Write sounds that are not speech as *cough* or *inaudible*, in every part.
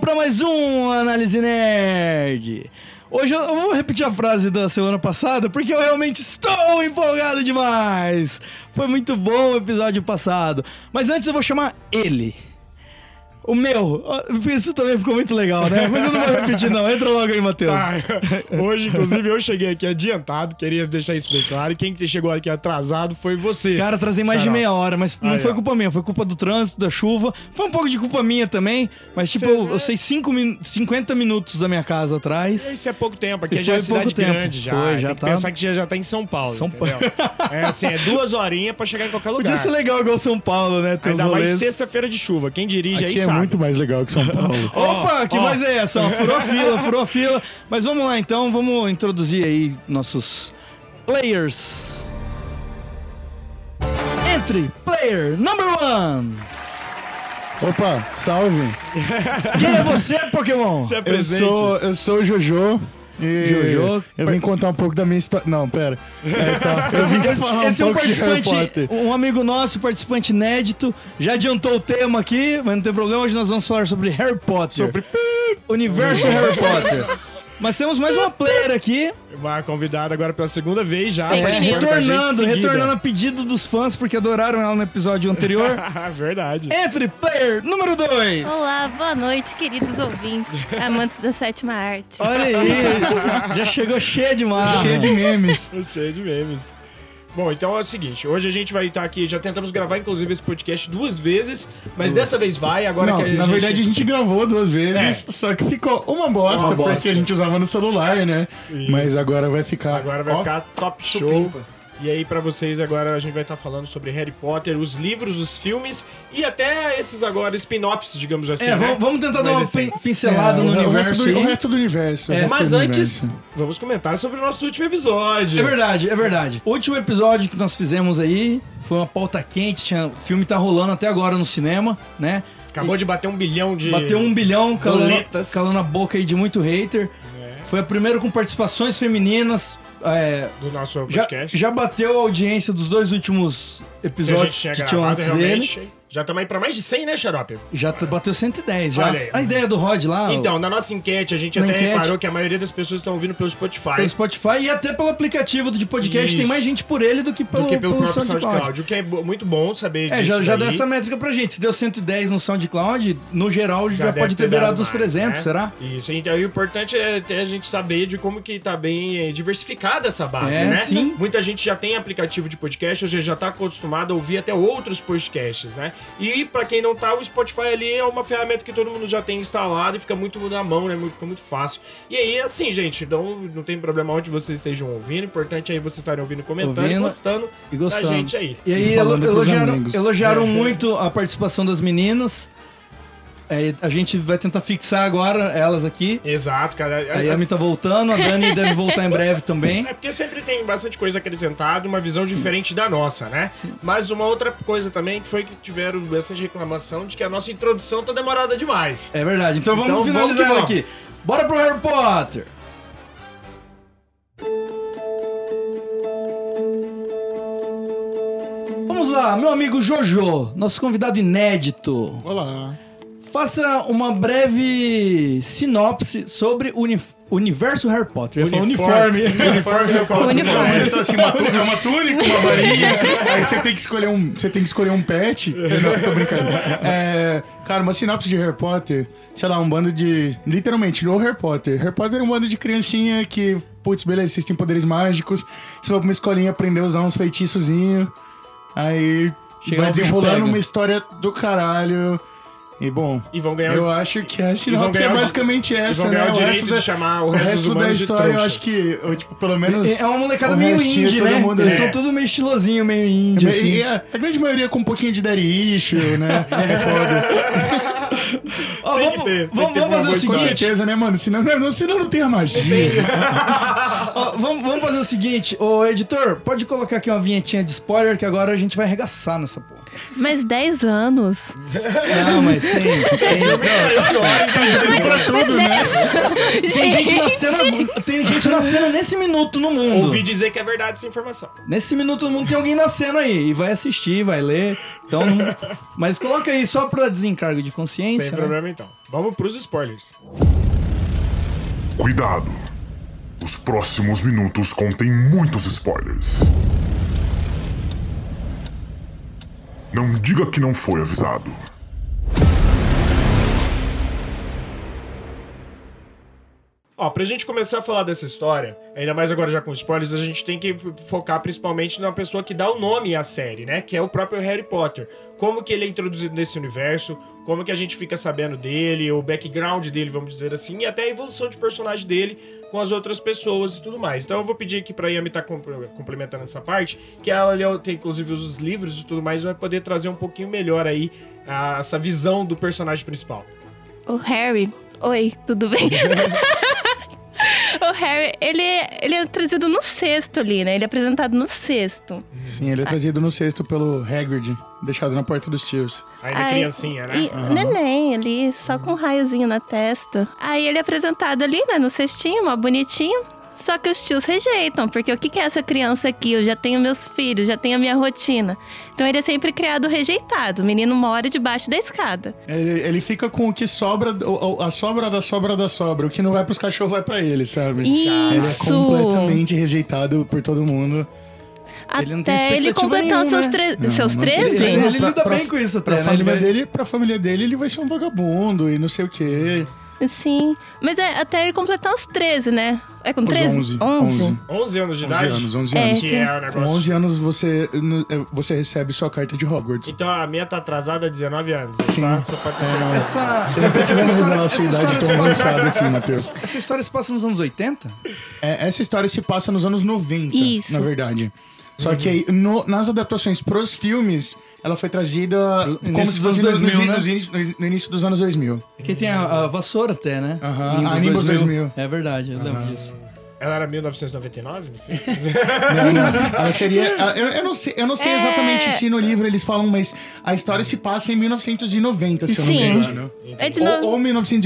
Frase um Nerd! Hoje eu eu vou repetir a frase da semana passada porque eu realmente estou empolgado demais! Foi muito bom o episódio passado. Mas antes eu vou chamar ele. O meu, ó, isso também ficou muito legal, né? Mas eu não *laughs* vou repetir, não. Entra logo aí, Matheus. Tá. Hoje, inclusive, eu cheguei aqui adiantado, queria deixar isso bem claro. E quem que chegou aqui atrasado foi você. Cara, trazei mais de Xará. meia hora, mas não Aí, foi ó. culpa minha, foi culpa do trânsito, da chuva. Foi um pouco de culpa minha também, mas tipo, eu, eu sei cinco min 50 minutos da minha casa atrás. Isso é pouco tempo, aqui E já é foi pouco cidade tempo. grande já. Foi, Tem já que tá- pensar que já, já tá em São Paulo, São entendeu? É assim, é duas horinhas pra chegar em qualquer lugar. Podia ser é legal igual São Paulo, né? Ter os Ainda mais rolês. sexta-feira de chuva. Quem dirige Aqui aí é sabe. muito mais legal que São Paulo. Opa, que ó. voz é essa? Ó, Furou a fila, furou a fila. Mas vamos lá então, vamos introduzir aí nossos players. Entre player number one. Opa, salve! Quem é você, Pokémon? Você é Eu presente. sou, eu sou o Jojo. E Jojo? Eu vim contar um pouco da minha história. Não, pera. É, tá. Eu vim falar Esse é um um pouco de Harry Potter. participante, um amigo nosso, participante inédito, já adiantou o tema aqui, mas não tem problema, hoje nós vamos falar sobre Harry Potter. Sobre- Universo Uhum. Harry Potter. Mas temos mais uma player aqui, Uma convidada agora pela segunda vez já. Tem é, participando com a gente retornando, seguida. retornando a pedido dos fãs, porque adoraram ela no episódio *laughs* anterior. *laughs* Verdade. Entre player número 2. Olá, boa noite, *laughs* queridos ouvintes, amantes da sétima arte. Olha aí, já chegou cheia de marra. Cheio de memes. Cheio de memes. Bom, então é o seguinte, hoje a gente vai estar aqui, já tentamos gravar inclusive esse podcast duas vezes, mas dessa vez vai, agora Não, que a na gente... verdade a gente gravou duas vezes, só que ficou uma bosta, Uma bosta. porque a gente usava no celular, né? Isso. Mas agora vai ficar. Agora vai ó, ficar top show. E aí pra vocês agora a gente vai estar falando sobre Harry Potter, os livros, os filmes e até esses agora spin-offs, digamos assim, É, né? vamos, vamos tentar dar Mais uma recentes. pincelada é, no o, universo resto do, o aí. resto do universo. o É, resto Mas do antes, universo. vamos comentar sobre o nosso último episódio. É verdade, é verdade. O último episódio que nós fizemos aí foi uma pauta quente, tinha- o filme tá rolando até agora no cinema, né? Acabou de bater um bilhão de... Bateu um bilhão, calando, Boletas. É. calando a boca aí de muito hater. Foi a primeira com participações femininas. é, Do nosso já, podcast. já bateu a audiência dos dois últimos que a gente episódios tinha que, tinham gravado antes dele. realmente. Já estamos aí pra mais de 100, né, Xarope? Já t- bateu 110, já. Olha aí. A ideia do Rod lá, Então, na nossa enquete, a gente Na até enquete. reparou que a maioria das pessoas estão ouvindo pelo Spotify pelo Spotify e até pelo aplicativo de podcast, Isso. tem mais gente por ele do que pelo, do que pelo, pelo próprio SoundCloud. SoundCloud, o que é bo- muito bom saber É, disso. já, já dá daí. essa métrica pra gente. Se deu 110 no SoundCloud, no geral já, deve pode ter dado beirado os mais, 300, né? será? Isso, então e o importante é ter a gente saber de como que tá bem eh, diversificada essa base, É, né? sim. Muita gente já tem aplicativo de podcast, ou seja, já tá acostumado a ouvir até outros podcasts, né? E pra quem não tá, o Spotify ali é uma ferramenta que todo mundo já tem instalado e fica muito na mão, né? Fica muito fácil. E aí, assim, gente, não, não tem problema onde vocês estejam ouvindo, o importante é aí vocês estarem ouvindo, comentando, Ouvindo gostando, E gostando. da gente aí. E aí E falando elo- pros elogiaram, amigos. É. elogiaram muito a participação das meninas. É, a gente vai tentar fixar agora elas aqui. Exato, cara. A Yami tá voltando, a Dani deve voltar em breve também. É porque sempre tem bastante coisa acrescentada, uma visão diferente da nossa, né? Mas uma outra coisa também que foi que tiveram bastante reclamação de que a nossa introdução tá demorada demais. É verdade. Então vamos Então, vamos finalizar que ela vamos. aqui. Bora pro Harry Potter! Vamos lá, meu amigo Jojo, nosso convidado inédito. Olá. Faça uma breve sinopse sobre o uni- universo Harry Potter. Eu ia falar Uniforme uniforme. Harry Potter. Uniforme. é Mas, assim, uma tú- é uma túnica, uma varinha. Aí você tem que escolher um, você tem que escolher um pet. Não, tô brincando. É, cara, uma sinopse de Harry Potter, sei lá, um bando de. Literalmente, no Harry Potter. Harry Potter é um bando de criancinha que, putz, beleza, vocês têm poderes mágicos. Você vai pra uma escolinha aprender a usar uns feitiçozinhos. Chega lá, Aí vai o bicho pega. desenrolando uma história do caralho. E bom. E vão ganhar- Eu acho que a vão sinopse ganhar é o- basicamente vão essa, ganhar né? o direito resto de da- chamar o o resto dos resto da humanos de história, eu trouxas. acho que, ou, tipo, pelo menos. É uma molecada o meio restinho, indie, todo né? mundo- Eles é. são todos meio estilosinho, É meio indie, assim. E a, a grande maioria com um pouquinho de daddy issue, né? É foda. Ó, Tem vamos que ter, tem vamos- que ter vamos fazer o uma Com boa seguinte. certeza, né, é mano? Senão não, senão não tem a magia. ó, vamos, vamos fazer o seguinte. Ô, editor, pode colocar aqui uma vinhetinha de spoiler que agora a gente vai arregaçar nessa porra. Mas 10 anos. Não, mas tem. Tem, Mas, mas 10 né? tem gente nascendo. Tem gente nascendo nesse minuto no mundo. Ouvi dizer que é verdade essa informação. Nesse minuto no mundo tem alguém nascendo aí. E vai assistir, vai ler. Então. não- Mas coloca aí só pra desencargo de consciência. Sem né? problema então. Vamos pros spoilers. Cuidado! Os próximos minutos contêm muitos spoilers. Não diga que não foi avisado. Ó, pra gente começar a falar dessa história, ainda mais agora já com spoilers, a gente tem que focar principalmente na pessoa que dá o nome à série, né? Que é o próprio Harry Potter. Como que ele é introduzido nesse universo, como que a gente fica sabendo dele, o background dele, vamos dizer assim, e até a evolução de personagem dele com as outras pessoas e tudo mais. Então eu vou pedir aqui pra Yami tá compl- complementando essa parte, que ela leu- tem inclusive os livros e tudo mais, vai poder trazer um pouquinho melhor aí ah, essa visão do personagem principal. O Harry. Oi, *laughs* tudo bem? o Harry, ele, é- ele é trazido no sexto ali, né? Ele é apresentado no sexto. Sim, ele é trazido no sexto pelo Hagrid, deixado na porta dos tios. Ainda Ai, criancinha, né? E neném ali, só com um raiozinho na testa. Aí ele é apresentado ali, né, no cestinho, mó bonitinho. Só que os tios rejeitam, porque o que, que é essa criança aqui? Eu já tenho meus filhos, já tenho a minha rotina. Então ele é sempre criado rejeitado. O menino mora debaixo da escada. Ele, ele fica com o que sobra, o- o- a sobra da sobra da sobra. O que não vai pros cachorros vai pra ele, sabe? Ele é Isso! completamente rejeitado por todo mundo. Ele não tem Até ele expectativa completar nenhuma, seus, né? tre- Não, seus não tem. Ele, 13? ele Pra- lida pra- bem com isso até, Pra né? família, ele vai- dele, pra família dele, ele vai ser um vagabundo e não sei o quê. Sim. Mas é até ele completar os 13, né? É com Os 13? 11. 11. 11 anos de 11 idade? anos, 11 É, anos. Que é o Com negócio. 11 anos você, eh, você recebe sua carta de Hogwarts. Então a minha tá atrasada há 19 anos. Sim. Só, só pode ter Essa, né? essa, essa Você vai história, revelar a essa, sua idade história se tão passa, né? avançada assim, Matheus. essa história se passa nos anos 80? É, essa história se passa nos anos 90, Isso. na verdade. Só Uhum. que aí, no- nas adaptações pros filmes, ela foi trazida como início se dos fosse no, 2000, no- né? no início- no início dos anos 2000. Aqui É tem a, a vassoura até, né? Aham, a Nimbus 2000. É verdade, eu lembro disso. Ela era 1999, no fim? Não, não. Ela seria. ela- Eu, eu não sei, eu não sei É. exatamente se no livro eles falam, mas a história se passa em 1990, se eu não me Sim. engano. É de Ou, ou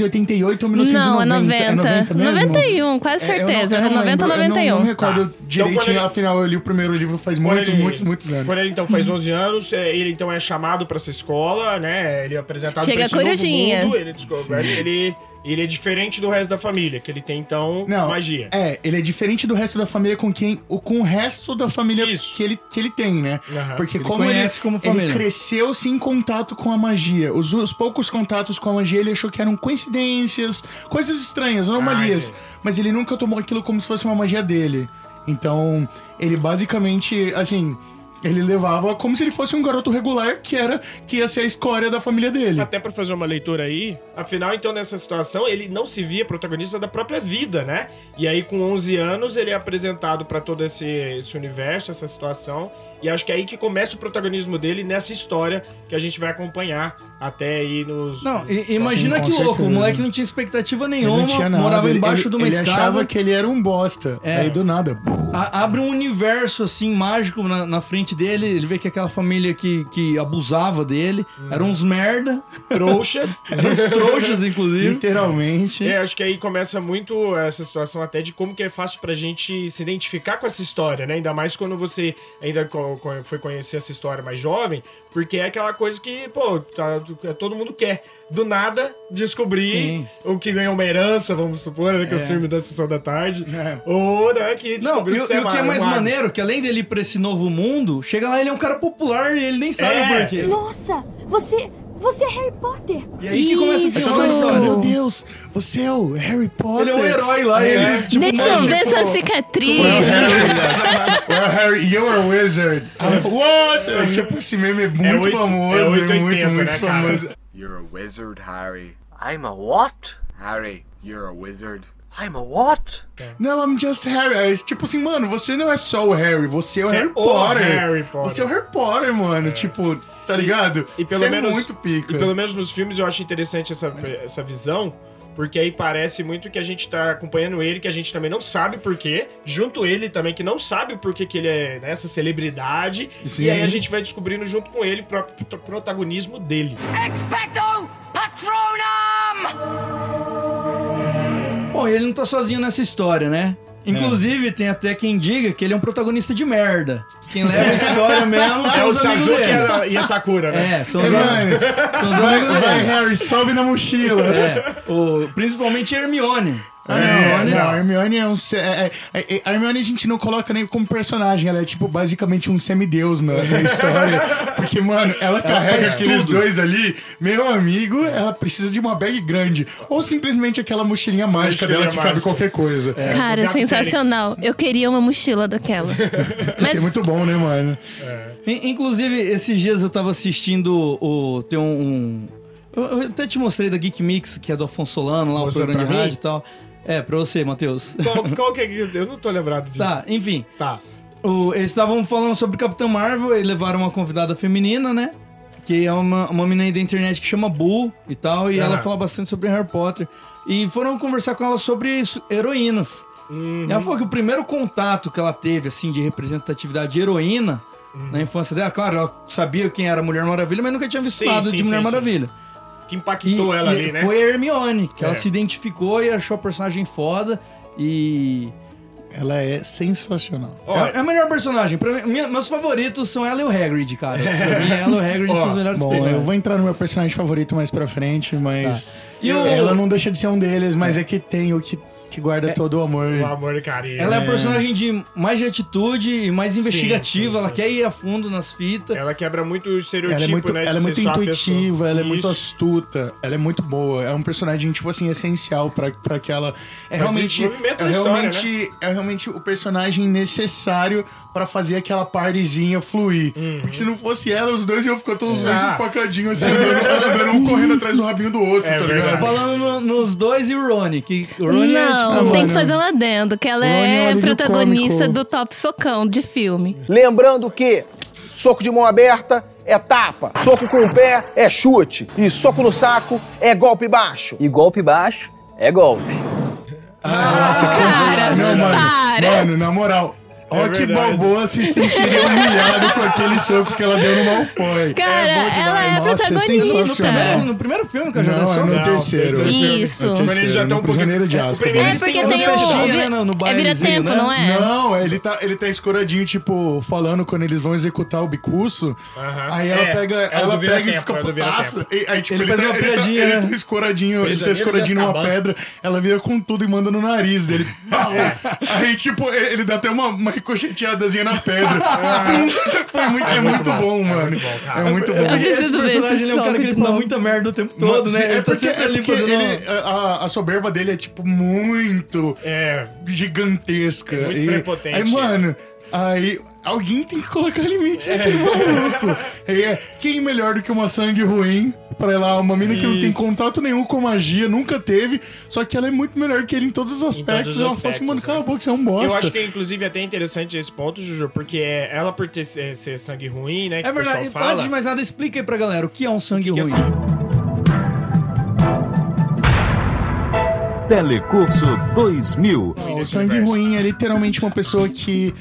1988 ou 1990. Não, é 90. É 90 mesmo? 91, quase É, eu não- um, certeza. eu não Era 90 ou lembro, eu não- 91. não é recordo Tá. Então, direitinho, quando ele- afinal eu li o primeiro livro faz Quando muitos, ele- muitos, muitos anos. Quando ele então faz 11 anos, é, ele então é chamado pra essa escola, né? Ele é apresentado Chega pra a corujinha. novo mundo. Ele descobre, ele, ele é diferente do resto da família, que ele tem então Não, magia. É, ele é diferente do resto da família com quem. o- Com o resto da família Isso. que ele, que ele tem, né? Aham. Porque Ele como ele, conhece como ele família. cresceu sem contato com a magia. Os, os poucos contatos com a magia ele achou que eram coincidências, coisas estranhas, anomalias. Ah, mas ele nunca tomou aquilo como se fosse uma magia dele. Então, ele basicamente, assim. Ele levava como se ele fosse um garoto regular que era que ia ser a escória da família Hum. dele. Até pra fazer uma leitura aí, afinal, então, nessa situação, ele não se via protagonista da própria vida, né? E aí, com 11 anos, ele é apresentado pra todo esse, esse universo, essa situação, e acho que é aí que começa o protagonismo dele nessa história que a gente vai acompanhar até aí nos... Não, e- imagina com que louco, o certeza. moleque não tinha expectativa Ele nenhuma, não tinha nada. morava ele- embaixo ele- de uma ele escada. achava que ele era um bosta. É. Aí do nada. A- abre um universo assim mágico na, na frente dele. Ele vê que aquela família que, que abusava dele Hum. eram uns *laughs* merda, trouxas. eram uns *laughs* trouxas, inclusive. Hum? Literalmente. É, acho que aí começa muito essa situação até de como que é fácil pra gente se identificar com essa história, né? Ainda mais quando você ainda co- co- foi conhecer essa história mais jovem, porque é aquela coisa que, pô, tá- todo mundo quer. Do nada, descobrir Sim. o que ganhou uma herança, vamos supor, né? Que é o filme da Sessão da Tarde. Ou, né, que É. Não, descobriu e, que o- você Ah. e o que é ma- mais mago. maneiro, que além dele ir pra esse novo mundo, chega lá ele é um cara popular e ele nem sabe É. o porquê. Nossa, você, você é Harry Potter. E aí que começa a Isso. é desenrolar a história. Então tá Meu Deus, você é o Harry Potter. Ele é um herói lá, É. ele tipo, Deixa eu mano, ver essa cicatriz. tá Well, Harry, you're a wizard. I'm- Ah, What? É, Tipo, esse meme é muito oito- famoso. é É 880, muito, muito né, cara? famoso. You're a wizard, Harry. I'm a what? Harry, you're a wizard. I'm a what? Não, I'm just Harry. É, tipo assim, mano, você não é só o Harry, você é o Você é Harry o Potter. Harry Potter. Você é o Harry Potter, mano. Tipo, tá ligado? E pelo você menos, é muito pica. E pelo menos nos filmes eu acho interessante essa, essa visão, porque aí parece muito que a gente tá acompanhando ele, que a gente também não sabe por quê, junto ele também, que não sabe por que, que ele é né, essa celebridade, Sim. e aí a gente vai descobrindo junto com ele o próprio prot- protagonismo dele. Expecto Patronum! Bom, e ele não tá sozinho nessa história, né? Inclusive, É. tem até quem diga que ele é um protagonista de merda. Quem leva a história *laughs* mesmo É são o os amigos Sasuke e dele. a- e a Sakura, né? É, são É, os, am- mano. são os *laughs* Vai, amigos vai, dele. Harry, sobe na mochila. É, o, principalmente Hermione. Ah, não, É, não, não. a Hermione é um. se- é- é- é- a Hermione a gente não coloca nem como personagem, ela é tipo basicamente um semideus na, na história. Porque, mano, ela carrega faz aqueles tudo. dois ali, meu amigo, ela precisa de uma bag grande. Ou simplesmente aquela mochilinha mágica Mochilinha dela que cabe mágica. qualquer coisa. É. Cara, Gato sensacional. Eu queria uma mochila daquela. Isso é muito bom, né, mano? In- Inclusive, esses dias eu tava assistindo o. Tem um. um- eu, eu até te mostrei da Geek Mix, que é do Afonso Solano, lá Mostrou o programa de pra mim? rádio e tal. É, pra você, Matheus. Qual, qual que é? que- Eu não tô lembrado disso. tá, enfim. Tá. O- eles estavam falando sobre Capitão Marvel e levaram uma convidada feminina, né? Que é uma, uma menina aí da internet que chama Boo e tal, e Aham. ela fala bastante sobre Harry Potter. E foram conversar com ela sobre isso, heroínas. E Uhum. ela falou que o primeiro contato que ela teve, assim, de representatividade de heroína Uhum. na infância dela, claro, ela sabia quem era a Mulher Maravilha, mas nunca tinha visto Sim, nada sim, de sim, Mulher sim. Maravilha. Que impactou ela ali, né? Foi a Hermione, que É. ela se identificou e achou a personagem foda. E Ela é sensacional. Ó, é é a melhor personagem. Pra mim, minha- meus favoritos são ela e o Hagrid, cara. Pra mim, ela e o Hagrid são os melhores Bom, personagens. eu vou entrar no meu personagem favorito mais pra frente, mas. E o- Ela não deixa de ser um deles, mas é que tem o que, que guarda todo o amor. o amor e carinho. Ela é a personagem de mais de atitude e mais investigativa. sim, ela sim. quer ir a fundo nas fitas. Ela quebra muito o estereotipo, Ela é muito, né? de ela é ser muito só a intuitiva, pessoa. ela é muito Isso. astuta, ela é muito boa. É um personagem, tipo assim, essencial pra, pra aquela. É realmente. desenvolvimento É da história, né? realmente, é realmente o personagem necessário pra fazer aquela partezinha fluir. Porque se não fosse ela, os dois iam ficar todos os dois Uhum. Ah. empacadinhos *laughs* assim, andando, andando, um correndo atrás do rabinho do outro, É tá verdade. ligado? Falando no- nos dois e o Rony. Que o Rony é tipo, Não, tem mano. que fazer um adendo, que ela Rony é um é alívio protagonista cômico. É do Top Socão de filme. Lembrando que soco de mão aberta é tapa, soco com o pé é chute e soco no saco é golpe baixo. E golpe baixo é golpe. Cara, Não, mano. para! Mano, na moral. Ó que É verdade. Balboa se sentiria humilhado com aquele soco que ela deu no Malfoy. Cara, ela é a Nossa, protagonista. no, primeiro, no primeiro filme que eu já dei Não, é soco. no Não, terceiro. terceiro filme. Isso. No Mas ele já terceiro, tá um pouquinho- no Prisioneiro de É, o Asco. primeiro É Eles têm porque umas tem o. festinhas, vi- né, no- no é vira bailezinho, tempo, né? não é? Não, ele tá, ele tá escoradinho, tipo, falando quando eles vão executar o bicuço. Aham. Aí ela É, pega, é o do ela Vira pega e Tempo, fica é o do Vira putaça. E, aí, tipo, Ele ele, faz tá, uma ele tá- piadinha, ele né? tá escoradinho, ele tá Prisioneiro de escoradinho numa Azkaban. É. pedra, ela vira com tudo e manda no *laughs* nariz dele. Pau! Aí, tipo, ele ele dá até uma, uma ricocheteadazinha na pedra. Foi muito- é, muito bom, mano. muito Ah. bom, cara. É muito bom. Eu preciso Esse ver personagem esse ele é um cara soco que ele de fala novo. muita merda o tempo todo, né? É Ele tá porque- sempre é ali porque fazendo... um- ele- a, a soberba dele é, tipo, muito É, gigantesca. É muito e, prepotente. Aí, mano, aí alguém tem que colocar É. limite naquele maluco. Aí é, quem melhor do que uma sangue ruim pra ir lá, uma mina que não tem Isso. contato nenhum com magia, nunca teve, só que ela é muito melhor que ele em todos os aspectos. os ela fala assim, mano, aspectos, cala a né? boca, você é um bosta. Eu acho que, inclusive, é até interessante esse ponto, Juju, porque é ela por ter, ser, ser sangue ruim, né? Que É o verdade. pessoal fala, Antes de mais nada, explica aí pra galera o que é um sangue que é ruim. sangue- Telecurso 2000. Não, o sangue ruim é literalmente uma pessoa que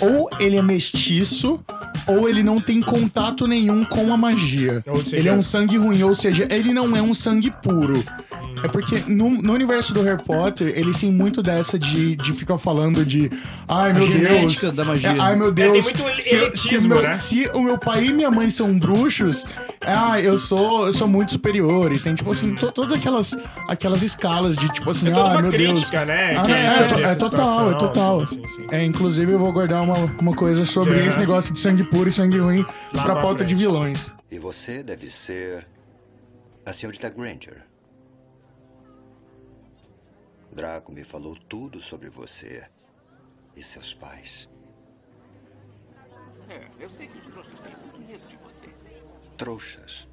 ou ele é mestiço ou ele não tem contato nenhum com a magia. Ou seja- ele é um sangue ruim, ou seja, ele não é um sangue puro. Hum. É porque no, no universo do Harry Potter, eles têm muito dessa de, de ficar falando de ai meu Deus. genética da magia. É, ai meu tem Deus. muito se- se, elitismo, meu- né? se o meu pai e minha mãe são bruxos, é, ah, eu sou eu sou muito superior. E tem tipo assim, to- todas aquelas aquelas escalas de tipo assim, É toda ah, uma meu Deus. crítica, né? Ah, que é, sobre é, é essa total, é situação, total. sim, sim, sim. É, inclusive, eu vou guardar uma, uma coisa sobre É. esse negócio de sangue puro e sangue ruim Lá pra pra pauta de frente. vilões. E você deve ser a senhorita Granger. Draco me falou tudo sobre você e seus pais. Trouxas.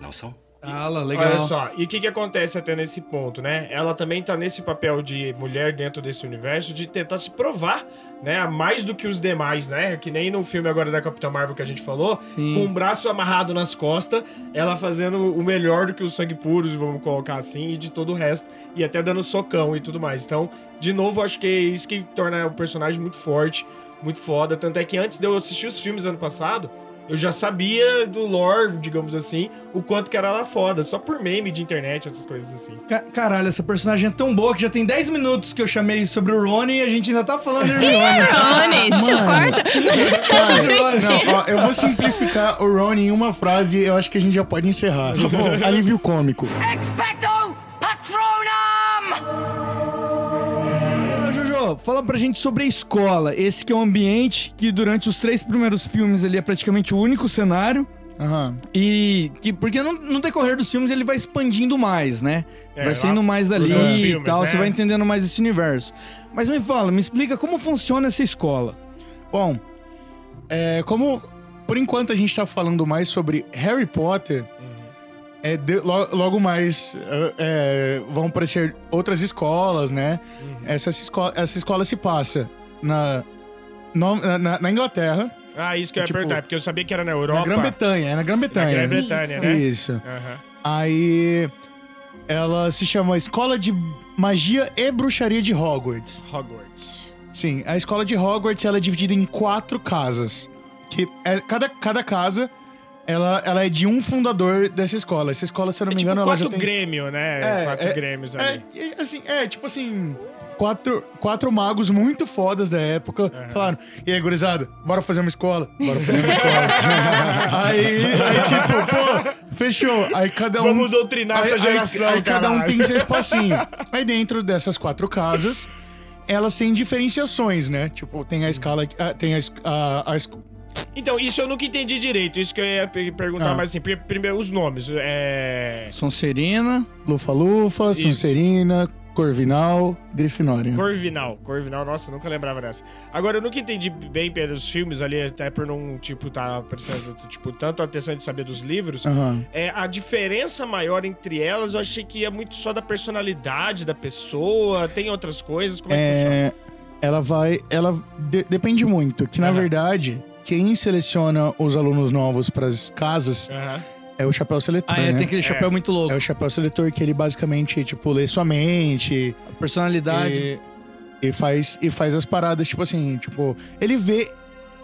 Não são? Ah, lá, legal. Olha só, e o que, que acontece até nesse ponto, né? Ela também tá nesse papel de mulher dentro desse universo de tentar se provar, né? A Mais do que os demais, né? Que nem no filme agora da Capitã Marvel que a gente falou, Sim. com o um braço amarrado nas costas, ela fazendo o melhor do que os sangue puros, vamos colocar assim, e de todo o resto, e até dando socão e tudo mais. Então, de novo, acho que é isso que torna o personagem muito forte, muito foda. Tanto é que antes de eu assistir os filmes ano passado, eu já sabia do lore, digamos assim, o quanto que era ela foda, só por meme de internet, essas coisas assim. Ca- Caralho, essa personagem é tão boa que já tem 10 minutos que eu chamei sobre o Rony e a gente ainda tá falando de Hermione. Rony, corta. *laughs* Cara, Não, não, ó, Ah, eu vou simplificar o Ron em uma frase e eu acho que a gente já pode Tá encerrar. Alívio cômico. Expecto Patronum! Léo, fala pra gente sobre a escola. Esse que é um ambiente que durante os três primeiros filmes ele é praticamente o único cenário. E que, porque no, no decorrer dos filmes ele vai expandindo mais, né? É, vai lá saindo mais dali pros outros e filmes, tal, né? você vai entendendo mais esse universo. Mas me fala, me explica como funciona essa escola. Bom, é, como por enquanto a gente tá falando mais sobre Harry Potter, Uhum. é, de- lo- logo mais é, é, vão aparecer outras escolas, né? Uhum. Essa, esco- essa escola se passa na, no- na- na- na Inglaterra, Ah, isso que eu ia Tipo, perguntar, porque eu sabia que era na Europa. na Grã-Bretanha, é na Grã-Bretanha. Na Grã-Bretanha, né? Isso. Aham. Aí ela se chama Escola de Magia e Bruxaria de Hogwarts. Hogwarts. Sim, a escola de Hogwarts ela é dividida em quatro casas. Que é- cada, cada casa ela, ela é de um fundador dessa escola. Essa escola, se eu não me engano, ela É tipo Quatro já tem... Grêmio, né? É, Quatro é- Grêmios é, ali. é, assim, é, tipo assim, quatro, quatro magos muito fodas da época falaram: E aí, gurizada, bora fazer uma escola? Bora fazer uma escola. *laughs* aí, aí, tipo, pô, fechou. Aí cada um. Vamos doutrinar essa aí- geração, Aí, aí cada um caralho. tem seu espacinho. Aí dentro dessas quatro casas, elas têm diferenciações, né? Tipo, tem a escala. ah, Tem a. es- a, a es- Então, isso eu nunca entendi direito. Isso que eu ia pe- perguntar, Ah. mas assim, pri- primeiro os nomes. É. Sonserina. Lufa-Lufa, Isso. Sonserina, Corvinal, Grifinória. Corvinal. Corvinal, nossa, nunca lembrava dessa. Agora, eu nunca entendi bem pelos filmes ali, até por não, tipo, tá prestando, tipo, tanto atenção de saber dos livros. Aham. É, a diferença maior entre elas, eu achei que é muito só da personalidade da pessoa, tem outras coisas. Como é, que funciona? É, ela vai. Ela de- depende muito. Que na verdade, quem seleciona os alunos novos para as casas é o chapéu seletor. Ah, é, né? tem aquele chapéu muito louco. É o chapéu seletor que ele basicamente, tipo, lê sua mente. personalidade. E, e faz, e faz as paradas, tipo assim, tipo, ele vê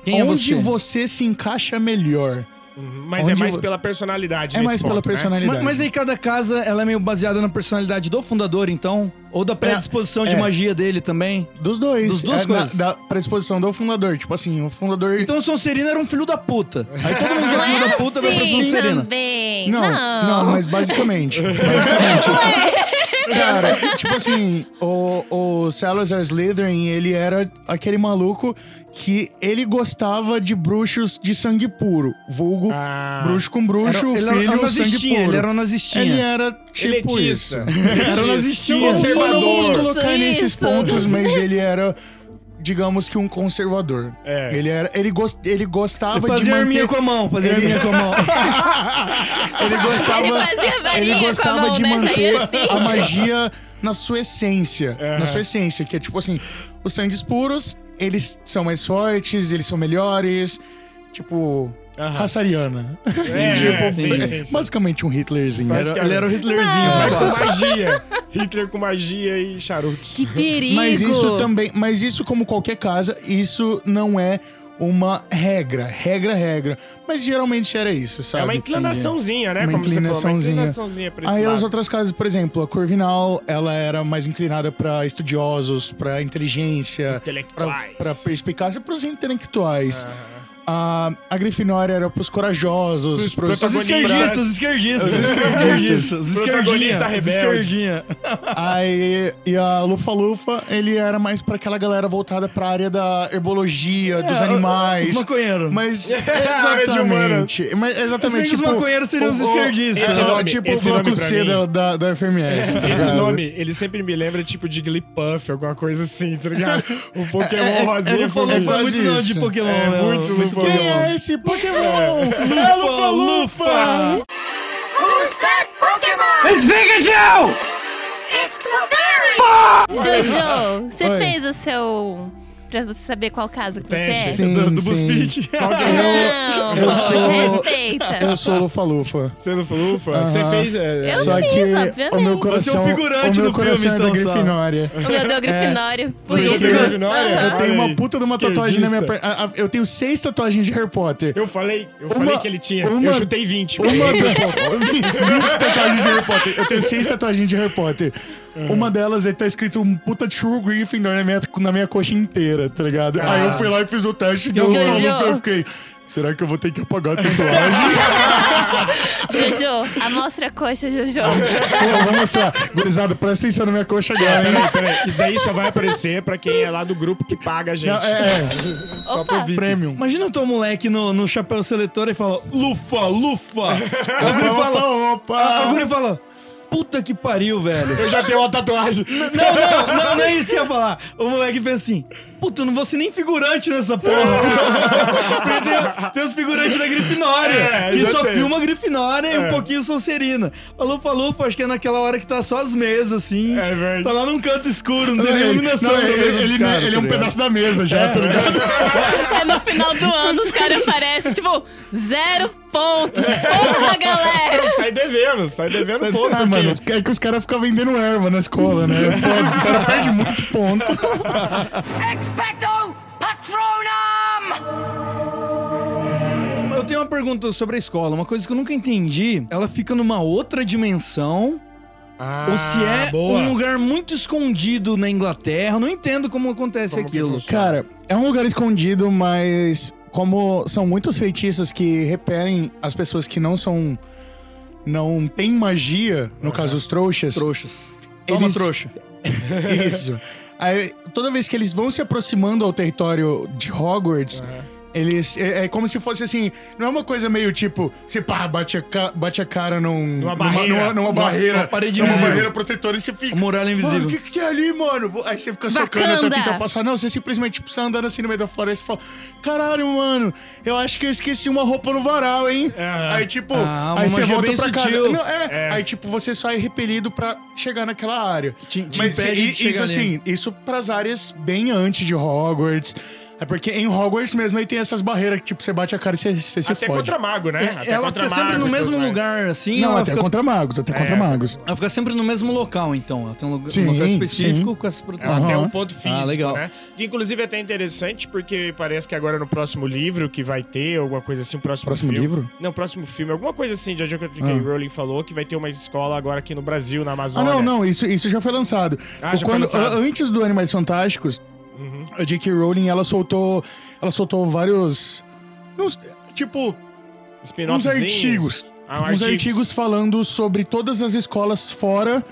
Quem é onde você? você se encaixa melhor. Uhum, Mas é onde mais vo- pela personalidade. É nesse mais pela ponto, né? personalidade. Mas, mas aí cada casa ela é meio baseada na personalidade do fundador, então? Ou da predisposição de é. magia dele também? Dos dois. Dos duas é, na- coisas. da predisposição do fundador. Tipo assim, o fundador. Então o Sonserina era um filho da puta. Aí todo mundo que é Não filho da é puta vai pra assim Sonserina. também. Não, não, mas basicamente. *laughs* basicamente. cara, tipo assim, o, o Salazar Slytherin, ele era aquele maluco que ele gostava de bruxos de sangue puro. Vulgo, bruxo com bruxo, Ah. Era- ele era filho, um sangue nazistinha, puro. ele era um nazistinha. é Ele era tipo isso. Elitista. *laughs* *laughs* Era um nazistinha. Não vamos Conservador. colocar Isso, nesses isso. pontos, mas ele era... Digamos que um conservador. É. Ele, era, ele, gos- ele gostava Ele de fazia manter... arminha com a mão, fazia Ele- arminha com a *laughs* mão. Ele gostava, Ele fazia varinha ele com a gostava mão, de né? manter Saía assim. a magia na sua essência. Na sua essência, que é tipo assim: os sangues puros, eles são mais fortes, eles são melhores. Tipo, raça ariana. É, *laughs* tipo, é, sim, sim, sim. basicamente um Hitlerzinho. Era- Ele era o Hitlerzinho. Hitler dos quatro. com magia. Hitler com magia e charutos. Que perigo. Mas isso também, mas isso como qualquer casa, isso não é uma regra, regra, regra. Mas geralmente era isso, sabe? É uma inclinaçãozinha, né? Uma Como você falou, uma inclinaçãozinha. inclinaçãozinha pra esse Aí as lado. outras casas, por exemplo, a Corvinal, ela era mais inclinada pra estudiosos, pra inteligência, pra, Intelectuais. pra perspicácia, pros intelectuais. A, a Grifinória era pros corajosos, pros, Os esquerdistas, os esquerdistas. Os esquerdistas. Protagonista Os esquerdinha, os rebelde. esquerdinha. Aí, e a Lufa-Lufa, ele era mais pra aquela galera voltada pra área da herbologia, dos animais. É, Os maconheiros. *laughs* Mas área de humanas. exatamente. Mas Eu sei exatamente que os tipo, maconheiros seriam os né? o- o- esquerdistas. Esse é, nome- tipo esse o bloco nome pra C mim. da, da, da FMS. tá Esse ligado? nome, ele sempre me lembra tipo de Glipuff, alguma coisa assim, tá ligado? Um Pokémon É, rosinha. Ele falou com- que foi quase muito nome isso. de Pokémon. É, né? muito, muito Quem Pokémon. é Esse Pokémon! É Lufa Lufa! Who's that Pokemon? It's Pikachu! It's Clefairy! Jojo, você Oi. fez o seu... Pra você saber qual casa que Teste. você é? Sim, Do, do sim. BuzzFeed. Não, eu sou- respeita. Eu sou Lufa-Lufa. Você não falou, Ufa? Você fez. é, Eu Só fiz, que obviamente. o meu Você é um coração, figurante o do meu coração filme, é da então, só. Grifinória. O meu deu É. Grifinório, por Você isso. fez Grifinória? Eu Olha tenho uma aí, puta de uma tatuagem na minha esquerdista. perna. a- a- Eu tenho seis tatuagens de Harry Potter. Eu falei, eu Uma- falei que ele tinha. eu uma- chutei 20. *laughs* Uma delas. 20 tatuagens de Harry Potter. Eu tenho seis tatuagens de Harry Potter. Uma delas é tá escrito um puta True Gryffindor na minha, na minha coxa inteira, tá ligado? Aí eu fui lá e fiz o teste do Jojo. eu fiquei. Será que eu vou ter que apagar a tatuagem? Jojo, amostra a coxa, Jojo. Pô, vamos mostrar. Gurizada, presta atenção na minha coxa agora, hein? Peraí, peraí. Isso aí só vai aparecer pra quem é lá do grupo que paga a gente. Não, é, Só pro VIP. Premium. Imagina o teu moleque no, no chapéu seletor e fala, lufa, *laughs* lufa. O guri Opa, fala, "Ah, opa, a- o opa. guri fala, puta que pariu, *laughs* velho. Eu já tenho uma tatuagem. N- Não, não, não, não é isso que eu ia falar. O moleque pensa assim: Puta, eu não vou ser nem figurante nessa *laughs* porra. Porque tem, tem os figurantes da Grifinória, É, que já só tem. filma Grifinória e É. um pouquinho Sonserina. A Lupa Lupa, acho que é naquela hora que tá só as mesas, assim. É verdade. Tá lá num canto escuro, não tem Não, nem ele, iluminação. não, na ele, mesa dos ele- caras, ele é tá um ligado? pedaço da mesa já, tá ligado? É no final do ano, os caras aparecem, tipo, zero pontos. Porra, galera! Sai devendo, sai devendo um pouco. Ah, mano, é que os caras ficam vendendo erva na escola, né? Foda, os caras perdem muito ponto. Expecto Patronum! Eu tenho uma pergunta sobre a escola. Uma coisa que eu nunca entendi: ela fica numa outra dimensão. ou se Ah, é boa. um lugar muito escondido na Inglaterra. Eu Não entendo como acontece Como que aquilo. funciona? Cara, é um lugar escondido, mas como são muitos feitiços que reperem as pessoas que não são. Não tem magia, no caso os trouxas. Trouxas. Toma, Eles- trouxa. *laughs* Isso. Aí, toda vez que eles vão se aproximando ao território de Hogwarts, eles. É, é como se fosse assim. Não é uma coisa meio tipo, você pá, bate a, ca- bate a cara num, Numa numa- barreira. Numa, numa Numa- barreira. numa parede numa invisível. barreira protetora e você fica. A muralha invisível. Mano, o que, que é ali, mano? Aí você fica socando até Wakanda. tentar passar. Não, você simplesmente tipo, sai andando assim no meio da floresta e fala: Caralho, mano, eu acho que eu esqueci uma roupa no varal, hein? É. Aí tipo, Ah, uma aí você magia volta bem pra casa. sutil. Não, é, Aí, tipo, você só é repelido pra chegar naquela área. Te- te Mas impede i- de isso, chegar assim, isso pras áreas bem antes de Hogwarts. É porque em Hogwarts mesmo aí tem essas barreiras que, tipo, você bate a cara e você, você se Até fode. contra né? mago, né? Até É, ela contra fica sempre mago no e mesmo tudo mais. lugar, assim? Não, ela, até fica, contra magos, até contra É. magos. ela fica sempre no mesmo local, então. Ela tem um lugar, um Sim, local específico sim. com essa proteção. Ela tem Aham. um ponto físico, Ah, legal. né? Que inclusive é até interessante, porque parece que agora no próximo livro que vai ter, alguma coisa assim, o próximo, Próximo filme- livro? Não, próximo filme, alguma coisa assim, já que o J.K. Rowling falou que vai ter uma escola agora aqui no Brasil, na Ah, Amazônia. não, não, isso, isso já foi lançado. Ah, já foi Quando- lançado. Uhum. a- Antes do Animais Fantásticos, a J.K. Rowling, ela soltou, ela soltou vários... uns- tipo, uns Spin-offzinho. artigos. Ah, uns artigos. falando sobre todas as escolas fora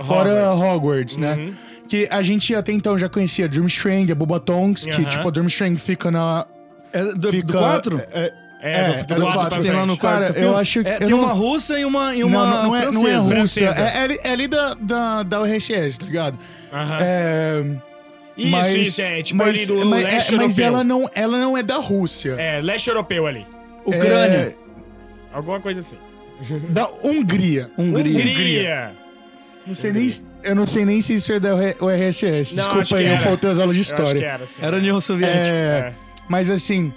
Hogwarts, fora Hogwarts Uhum. né? Que a gente até então já conhecia Durmstrang, a Bobatongs, que Aham. tipo, a Durmstrang fica na... É do, fica, 4? É, É, é, do, é do lado quatro. pra tem lá no frente. Cara, quarto eu filme? acho que- É, eu tem não- uma russa e uma, e uma não, não, não é, não é francesa. russa, Francesa. é, é ali- é ali da, da, da URSS, tá ligado? Aham. É, Isso, isso, é tipo ali do mas, é- leste mas europeu. ela não, ela não é da Rússia. É, leste europeu ali. Ucrânia. Alguma coisa assim. É da Hungria. Hungria. Hungria. Não sei nem, eu não sei nem se isso é da URSS. Não, acho Desculpa que aí, eu era. faltei as aulas de Eu acho que história. era, assim. Era a União Soviética. É, É. mas assim.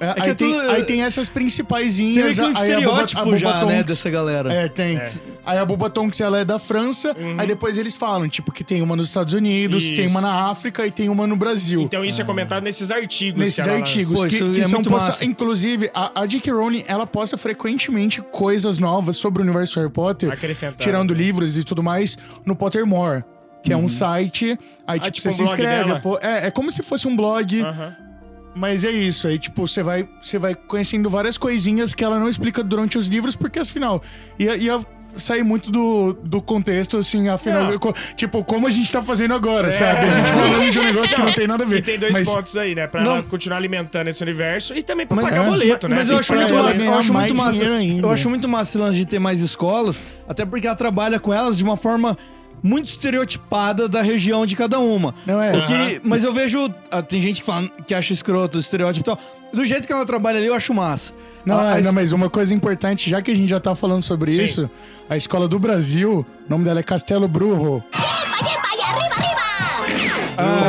é, que aí, é tem, tudo- aí tem essas Tem principaisinhas. meio que um aí a Boba- a estereótipo já, né, Bobatongs- dessa galera. É, tem. Aí a Bobatongs, ela é da França. Aí depois eles falam, tipo, que tem uma nos Estados Unidos, Uhum. Isso. tem uma na África e tem uma no Brasil. Então isso é comentado nesses artigos. Ah. nesses que ela lança. artigos Pô, que, isso que é são muito posta- massa. inclusive a, a J.K. Rowling ela posta frequentemente coisas novas sobre o universo Harry Potter Acrescentando. né? tirando livros e tudo mais no Pottermore que Uhum. é um site aí tipo, tipo você um se blog inscreve dela? pô, é, é como se fosse um blog Aham. mas é isso aí tipo você vai você vai conhecendo várias coisinhas que ela não explica durante os livros porque afinal ia, ia sair muito do, do contexto assim afinal Não. É. eu co- tipo como a gente tá fazendo agora sabe a gente falando de um negócio que não tem nada a ver E tem dois Mas- pontos aí, né? Pra Não. ela continuar alimentando esse universo e também pra pagar é, boleto, né? Mas Tem que eu acho pagar muito ela massa. Eu ganhar acho mais muito massa. dinheiro ainda. Eu acho muito massa esse lance de ter mais escolas, até porque ela trabalha com elas de uma forma muito estereotipada da região de cada uma. Não é? O que- mas eu vejo. ah, tem gente que, fala, que acha escroto, estereótipo e tal. Do jeito que ela trabalha ali, eu acho massa. Ah, Não, A- é, a não, mas uma coisa importante, já que a gente já tá falando sobre Sim. isso, a escola do Brasil, o nome dela é Castelo Brujo.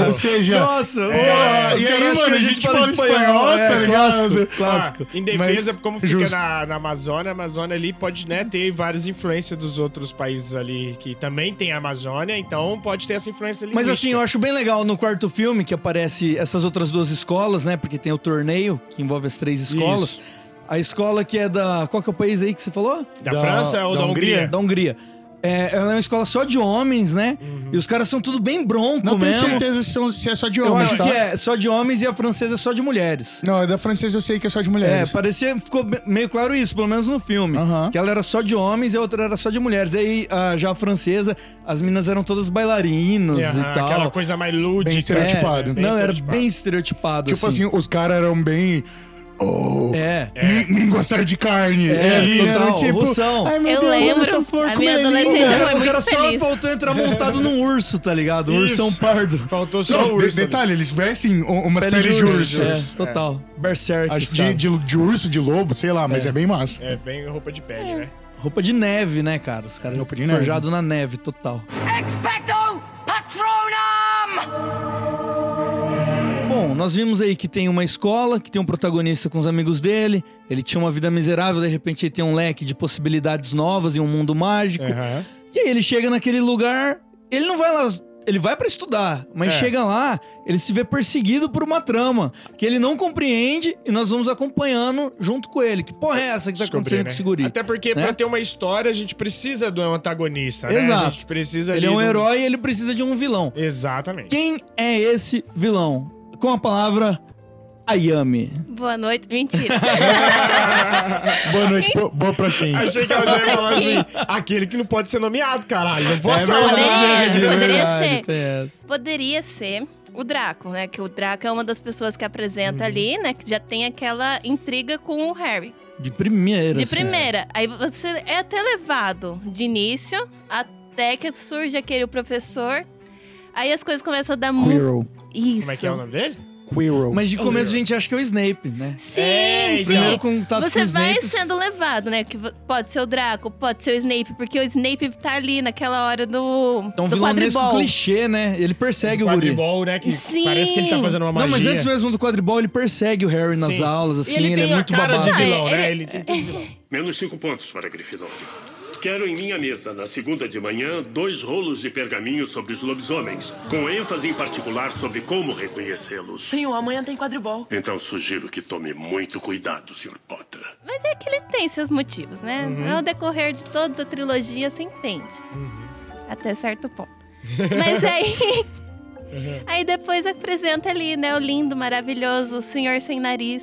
Ou seja. Ah, Nossa, os é, caras- os e caras aí, acham que mano, a gente fala espanhol, é, tá ligado? Clássico, Ah, clássico. em defesa, Mas como fica justo. na, na Amazônia, a Amazônia ali pode né, ter várias influências dos outros países ali que também tem a Amazônia, então pode ter essa influência ali. Mas assim, eu acho bem legal no quarto filme que aparece essas outras duas escolas, né? Porque tem o torneio que envolve as três escolas. A escola que é da. Qual que é o país aí que você falou? Da, da- França ou da, da Hungria? Da Hungria. É, ela é uma escola só de homens, né? E os caras são tudo bem bronco Não tenho mesmo. certeza se, são- se é só de Eu homens, acho tá? que é só de homens e a francesa é só de mulheres. Não, é da francesa eu sei que é só de É, mulheres. parecia, ficou be- meio claro isso, pelo menos no filme. Que ela era só de homens e a outra era só de mulheres. Aí, a- já a francesa, as minas eram todas bailarinas Aham, e tal. É, aquela coisa mais lúdica. né? É, Bem estereotipado. não, era bem estereotipado. Tipo assim, os caras eram bem. Oh, é. Língua sar de carne. É, as meninas total, eram tipo. russão. Ai, meu Eu Deus, olha lembro, essa flor a como minha ela é linda." adolescência o cara muito só feliz. faltou entrar montado num urso, tá ligado? Um Isso. ursão *laughs* pardo. Faltou só Não, o de- urso. detalhe, eles vestem um- umas Pele peles de urso. É, total. Berserk. Acho esse de, cara. de, de urso, de lobo, sei lá, mas é, bem massa. É bem roupa de pele, né? Roupa de neve, né, cara? Os caras de neve. forjado na neve, total. Expecto Patronum! Bom, nós vimos aí que tem uma escola, que tem um protagonista com os amigos dele, ele tinha uma vida miserável, de repente ele tem um leque de possibilidades novas e um mundo mágico. Aham. E aí ele chega naquele lugar, ele não vai lá, ele vai pra estudar, mas É. chega lá, ele se vê perseguido por uma trama que ele não compreende e nós vamos acompanhando junto com ele. Que porra é essa que tá Descobrir, acontecendo né? com o Seguri? Até porque, né? pra ter uma história, a gente precisa do antagonista, né? A Exato. gente precisa Ele é ali um do- herói e ele precisa de um vilão. Exatamente. Quem é esse vilão? Com a palavra Ayami. Boa noite. Mentira. Boa noite, boa *laughs* pra quem? *laughs* Achei que ela já ia falar assim: aquele que não pode ser nomeado, caralho. Não posso falar. verdade, Poderia, poderia É verdade, ser. tem essa. Poderia ser o Draco, né? Que o Draco é uma das pessoas que apresenta ali, né? Que já tem aquela intriga com o Harry. De primeira. De assim. primeira. Aí você é até levado de início até que surge aquele professor. Aí as coisas começam a dar muito. Quirrell. Isso. Como é que é o nome dele? Quirrell. Mas de começo a gente acha que é o Snape, né? Sim, É, sim. Primeiro contato Você com o vai Snape. sendo levado, né? Que vo- pode ser o Draco, pode ser o Snape, porque o Snape tá ali naquela hora do. É um do vilanesco quadribol. clichê, né? Ele persegue o guri. é Quadribol, né? Que Sim. parece que ele tá fazendo uma magia. Não, mas antes mesmo do quadribol, ele persegue o Harry nas Sim. aulas, E assim, ele ele, tem é a muito cara babado. de vilão, né? Ele Menos cinco pontos para Grifinória. Quero em minha mesa, na segunda de manhã, dois rolos de pergaminho sobre os lobisomens, com ênfase em particular sobre como reconhecê-los. Senhor, amanhã tem quadribol. Então sugiro que tome muito cuidado, Sr. Potter. Mas é que ele tem seus motivos, né? Uhum. Ao decorrer de toda a trilogia, você entende. Até certo ponto. Mas aí. Aí depois apresenta ali, né? O lindo, maravilhoso, o senhor sem nariz.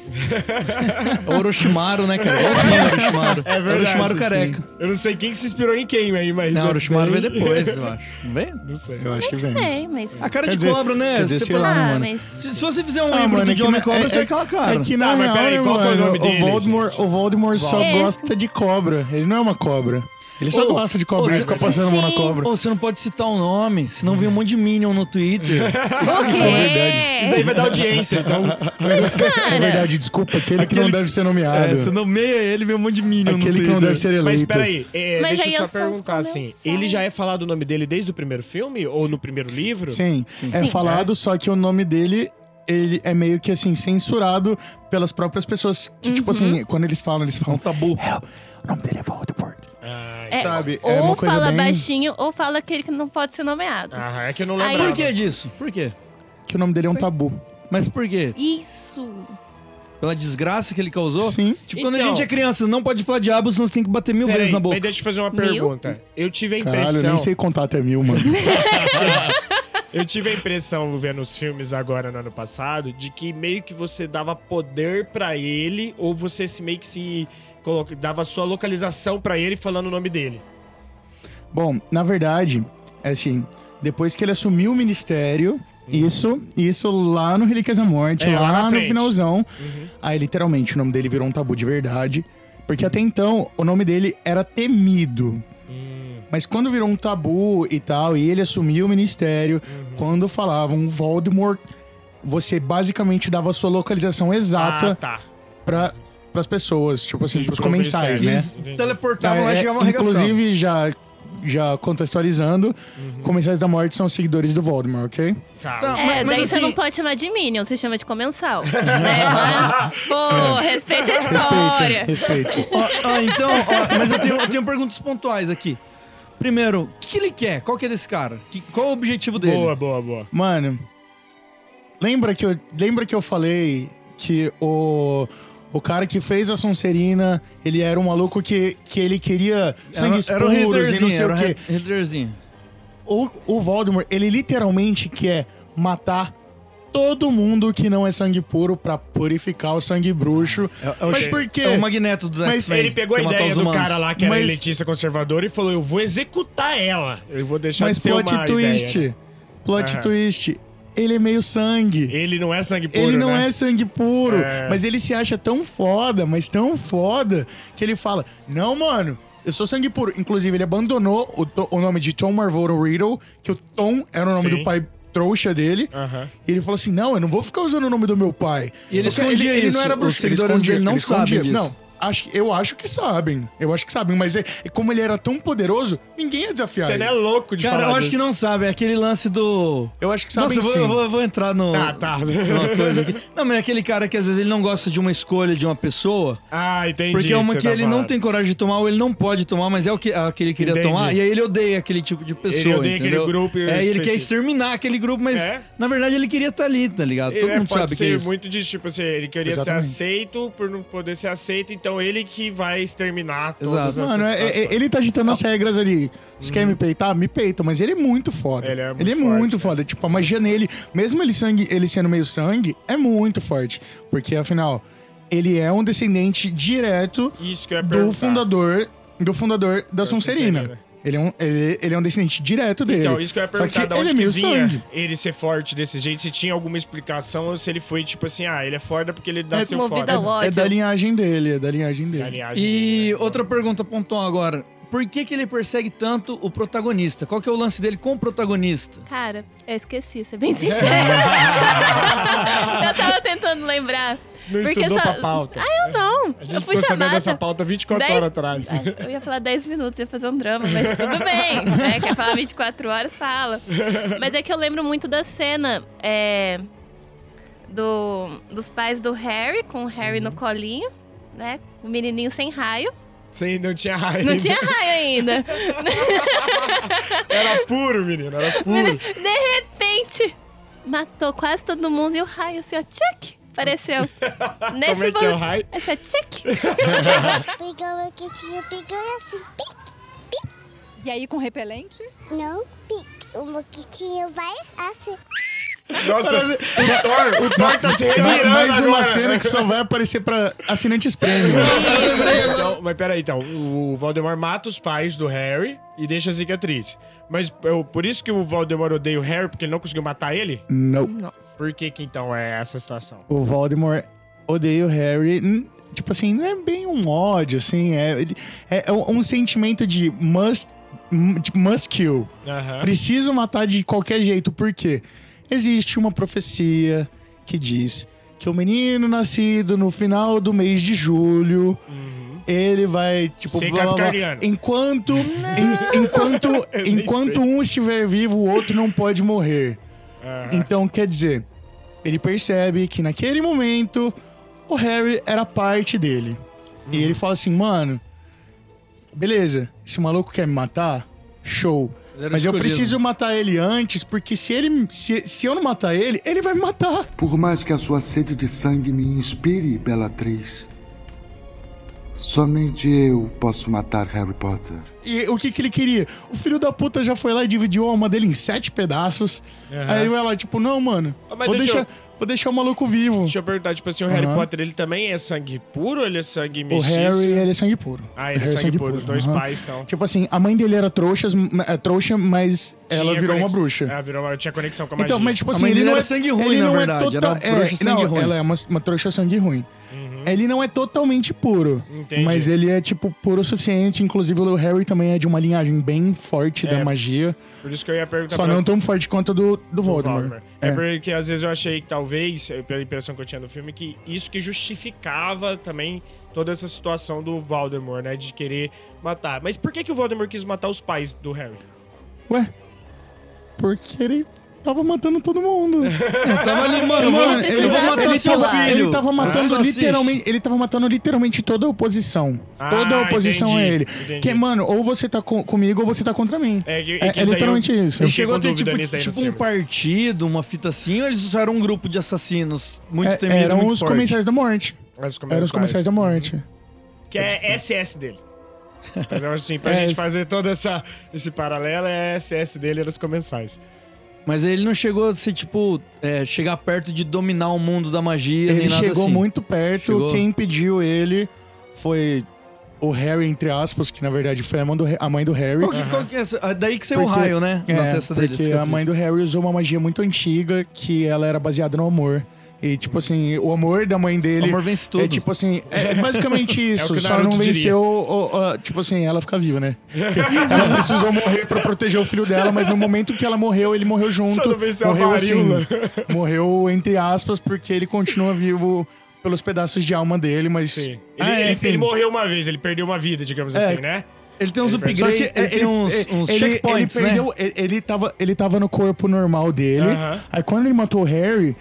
É o Orochimaru, né, *laughs* cara? Igualzinho o Orochimaru. É verdade. Orochimaru sim. careca. Eu não sei quem que se inspirou em quem aí, mas. Não, é Orochimaru bem- vem depois, *laughs* eu acho. Não vem? Não sei. Eu acho que vem. Sei, mas. A cara Quer de dizer- cobra, né? quer dizer, Se sei for- lá, Ah, mano. mas. Se, se você fizer um Ah, híbrido mano, é de que homem na- cobra, é- sai é- aquela cara. É que na Ah, mas real, peraí, né, qual que é o mano, nome dele, Voldemort, gente? o Voldemort só Val. gosta de cobra. Ele não é uma cobra. Ele só Ô, gosta de ô, cobra. Ele cê- fica passando a mão na cobra. Ô, você não pode citar o nome, senão vem um monte de Minion no Twitter. *laughs* O *laughs* Isso daí quê? vai dar audiência, então. *laughs* É verdade, desculpa. Aquele, que não deve ser nomeado. É, você nomeia ele, vem um monte de Minion no Aquele Twitter. que não deve ser eleito. Mas peraí, é, Mas aí deixa eu eu só sou perguntar assim: ele já é falado o nome dele desde o primeiro filme? Ou no primeiro livro? Sim, é Sim. falado, só que o nome dele ele é meio que assim, censurado pelas próprias pessoas. Que, Uhum. tipo assim, quando eles falam, um eles falam tabu. É, o nome dele é Voldemort. Ah, É, sabe, ou é uma coisa fala bem- baixinho, ou fala aquele que não pode ser nomeado. ah, é que eu não Aí- lembro. Por que disso? Por quê? Que o nome dele é um tabu. Mas por quê? Isso. Pela desgraça que ele causou? Sim. Tipo, quando a Então- gente é criança, não pode falar diabo, senão você tem que bater mil Peraí, vezes na boca. mas deixa eu fazer uma Mil? pergunta. Eu tive a Caralho, eu nem impressão. sei contar até mil, mano. Eu tive a impressão, vendo os filmes agora no ano passado, de que meio que você dava poder pra ele, ou você se meio que se coloca, dava sua localização pra ele falando o nome dele. Bom, na verdade, é assim, depois que ele assumiu o ministério, isso, isso lá no Relíquias da Morte, Uhum. É, lá lá, na no frente. Uhum. finalzão, aí literalmente o nome dele virou um tabu de verdade, porque até então o nome dele era temido. Hum. Mas quando virou um tabu e tal, e ele assumiu o ministério, Uhum. quando falavam Voldemort, você basicamente dava a sua localização Ah, exata tá. para as pessoas, tipo assim, Entendi, pros pro comensais, né? Mercedes. Entendi. Teleportavam lá É, e chegavam arregaçando. Inclusive, já, já contextualizando, Uhum. Comensais da Morte são seguidores do Voldemort, ok? Tá. Tá, É, mas- mas daí você assim- não pode chamar de Minion, você chama de comensal. né? Mas, Pô, respeita a história. Respeito, *laughs* respeito. Ó, ó, então, ó, mas eu tenho, eu tenho perguntas pontuais aqui. Primeiro, o que, que ele quer? Qual que é desse cara? Que- qual o objetivo dele? Boa, boa, boa. Mano, lembra que eu, lembra que eu falei que o, o O cara que fez a Sonserina, ele era um maluco que, que ele queria sangue era, era o puros e não Hitlerzinho, sei era um o o quê. Hit- Hitlerzinho. O, o Voldemort, ele literalmente quer matar todo mundo que não é sangue puro pra purificar o sangue bruxo. é o Mas Ge- por quê? é o Magneto do Mas Ele pegou a ideia do cara lá que era Mas- elitista conservador e falou: Eu vou executar ela. Eu vou deixar Mas de ser plot uma twist. Ideia. né?" Plot Aham. twist. Ele é meio sangue. Ele não é sangue puro. Ele não né? é sangue puro, É. mas ele se acha tão foda, mas tão foda, que ele fala: Não, mano, eu sou sangue puro. Inclusive, ele abandonou o, to- o nome de Tom Marvolo Riddle, que o Tom era o nome Sim. do pai trouxa dele. Aham. E ele falou assim: Não, eu não vou ficar usando o nome do meu pai. E ele Porque escondia ele, isso, não era os bruxo, ele seguidores escondia, dele não ele escondia. sabem disso. Não, acho, eu acho que sabem. Eu acho que sabem, mas é, como ele era tão poderoso, ninguém ia desafiar é ele. Cara, eu acho que não sabe. É aquele lance do. Eu acho que Nossa, sabem eu vou, sim. eu vou- eu vou entrar no. Ah, Tá, tá. numa coisa aqui. Não, mas é aquele cara que às vezes ele não gosta de uma escolha de uma pessoa. *laughs* Ah, entendi. Porque é o uma você que tá ele não falando. tem coragem de tomar, ou ele não pode tomar, mas é o que, a que ele queria Entendi. tomar. E aí ele odeia aquele tipo de pessoa. odeia aquele entendeu? grupo É, e ele quer específico. exterminar aquele grupo, mas É. na verdade ele queria estar ali, tá ligado? Todo É, mundo pode sabe que. é ser isso. muito disso, tipo assim, ele queria Exatamente. ser aceito por não poder ser aceito, então ele que vai exterminar todas Exato. essas Mano, é- é- situações. ele tá ditando as regras ali. Você quer me Hum. peitar? Me peita, mas ele é muito foda. Ele é muito, né? foda. Tipo, a magia nele, mesmo ele, sangue, ele sendo meio sangue, é muito forte. Porque, afinal, ele é um descendente direto Isso é que eu ia do perguntar. fundador, do fundador da, Sonserina. Ele é, um, ele, ele é um descendente direto dele. né? Então, isso que eu ia Só perguntar, da ele onde é meio que vinha sangue. ele ser forte desse jeito, se tinha alguma explicação, ou se ele foi tipo assim, ah, ele é foda porque ele Tá É, nasceu foda. é, é da linhagem dele, é da linhagem dele. E né? outra pergunta pontual agora. Por que, que ele persegue tanto o protagonista? Qual que é o lance dele com o protagonista? Cara, eu esqueci, ser bem *laughs* sincera. eu tava tentando lembrar. Não estudou pra pauta. Ah, eu não. A gente eu fui ficou sabendo chamada. dessa pauta 24 Dez- Ah, horas atrás. *laughs* Eu ia falar 10 minutos, ia fazer um drama, mas tudo bem. Né? Quer falar 24 horas, fala. Mas é que eu lembro muito da cena é, do, dos pais do Harry, com o Harry Uhum. no colinho, né? O menininho sem raio. Sim, não tinha raio. Não ainda. tinha raio ainda. *laughs* Era puro, menino, era é puro. De repente, matou quase todo mundo e o raio assim, ó, tchic, apareceu. Nesse Como é que é o raio? Esse é tchic. Pegava que tinha picanha assim, pique, pique. E aí com repelente? Não, pique. Uma que tinha vai assim. Nossa, *laughs* o Thor, o Thor tá se revirando Mais uma agora. cena que só vai aparecer pra assinantes prêmio. *laughs* Então, mas peraí, então. O Voldemort mata os pais do Harry e deixa a cicatriz. Mas eu- por isso que o Voldemort odeia o Harry, porque ele não conseguiu matar ele? Não. Por que, que então é essa situação? O Voldemort odeia o Harry. Hum, Tipo assim, não é bem um ódio, assim. É, ele- é um um sentimento de must, hum, de must kill. Aham. Preciso matar de qualquer jeito, porque existe uma profecia que diz que o menino nascido no final do mês de julho. Ele vai, tipo, Uhum. Ser blá, blá, blá. capricorniano. enquanto en- enquanto Eu nem enquanto sei. um estiver vivo, o outro não pode morrer. Então, quer dizer, ele percebe que naquele momento o Harry era parte dele. E ele fala assim, mano, beleza, esse maluco quer me matar? Show. Ele era Mas eu escolhido. preciso matar ele antes, porque se ele se, se eu não matar ele, ele vai me matar. Por mais que a sua sede de sangue me inspire, Belatriz, somente eu posso matar Harry Potter. E o que, que ele queria? O filho da puta já foi lá e dividiu a alma dele em sete pedaços. Aham. Aí ele vai lá, tipo, não, mano, Ah, mas vou deixa deixar, eu- vou deixar o maluco vivo. Deixa eu perguntar, tipo assim, o Harry Aham. Potter, ele também é sangue puro ou ele é sangue O mexido? Harry, ele é sangue puro. Ah, ele é Harry sangue puro, os dois pais são. Tipo assim, a mãe dele era trouxa, é, trouxa mas ela virou uma bruxa. Ela Ah, virou uma, tinha conexão com a magia. Então, mas tipo assim, ele não é ele não é total- é, não, Ela é uma, uma trouxa sangue ruim. Ele não é totalmente puro, Uhum. Entendi. mas ele é tipo puro o suficiente. Inclusive, o Harry também é de uma linhagem bem forte É, da magia. Por isso que eu ia perguntar Só pra- não um tão forte quanto a do, do Voldemort. É. porque às vezes eu achei que talvez, é, pela impressão que eu tinha do filme, que isso que justificava também toda essa situação do Voldemort, né? De querer matar. Mas por que, que o Voldemort quis matar os pais do Harry? Ué, porque ele tava matando todo mundo. ele tava ali, mano, vamos- eu vou matar ele seu tava, filho. Ele tava Ah. matando Só assiste. literalmente, ele tava matando literalmente toda a oposição. Ah, toda a oposição entendi, a ele. entendi. Que, mano, ou você tá com- comigo ou você tá contra mim. É, que- é que isso é daí literalmente eu- isso. eu fiquei Ele chegou a com ter dúvida tipo, nisso daí nos tipo um filmes. partido, uma fita assim, ou eles só eram um grupo de assassinos muito É, temido, eram muito os forte? comensais da morte. Era os Eram os comerciais da morte. Que é SS dele. Então, assim, *laughs* pra É, gente isso. fazer todo essa, esse paralelo, é SS dele era os comensais. Mas ele não chegou a ser, tipo, é, chegar perto de dominar o mundo da magia, Ele nem nada chegou assim. muito perto. Chegou. Quem impediu ele foi o Harry, entre aspas, que na verdade foi a mãe do, a mãe do Harry. Qual que- qual que é essa- ah, daí que saiu o raio, né? É, na testa dele. porque a mãe do Harry usou uma magia muito antiga que ela era baseada no amor. E, tipo assim, o amor da mãe dele. O amor vence tudo. É tipo assim, é *laughs* basicamente É o isso. que o só não Naruto diria. venceu. o- o- a- tipo assim, ela fica viva, né? *laughs* ela precisou morrer pra proteger o filho dela, mas no momento que ela morreu, ele morreu junto. Só não venceu a morreu assim, varíola. *laughs* morreu, entre aspas, porque ele continua vivo pelos pedaços de alma dele, mas. é, Sim. Ele, ele- ele morreu uma vez, ele perdeu uma vida, digamos Ah, É. assim, né? Ele tem uns perdeu- Só que é, Só que ele tem uns- uns ele- checkpoints, ele né? perdeu- ele- Ele tava, ele tava no corpo normal dele. Aham. Aí quando ele matou o Harry,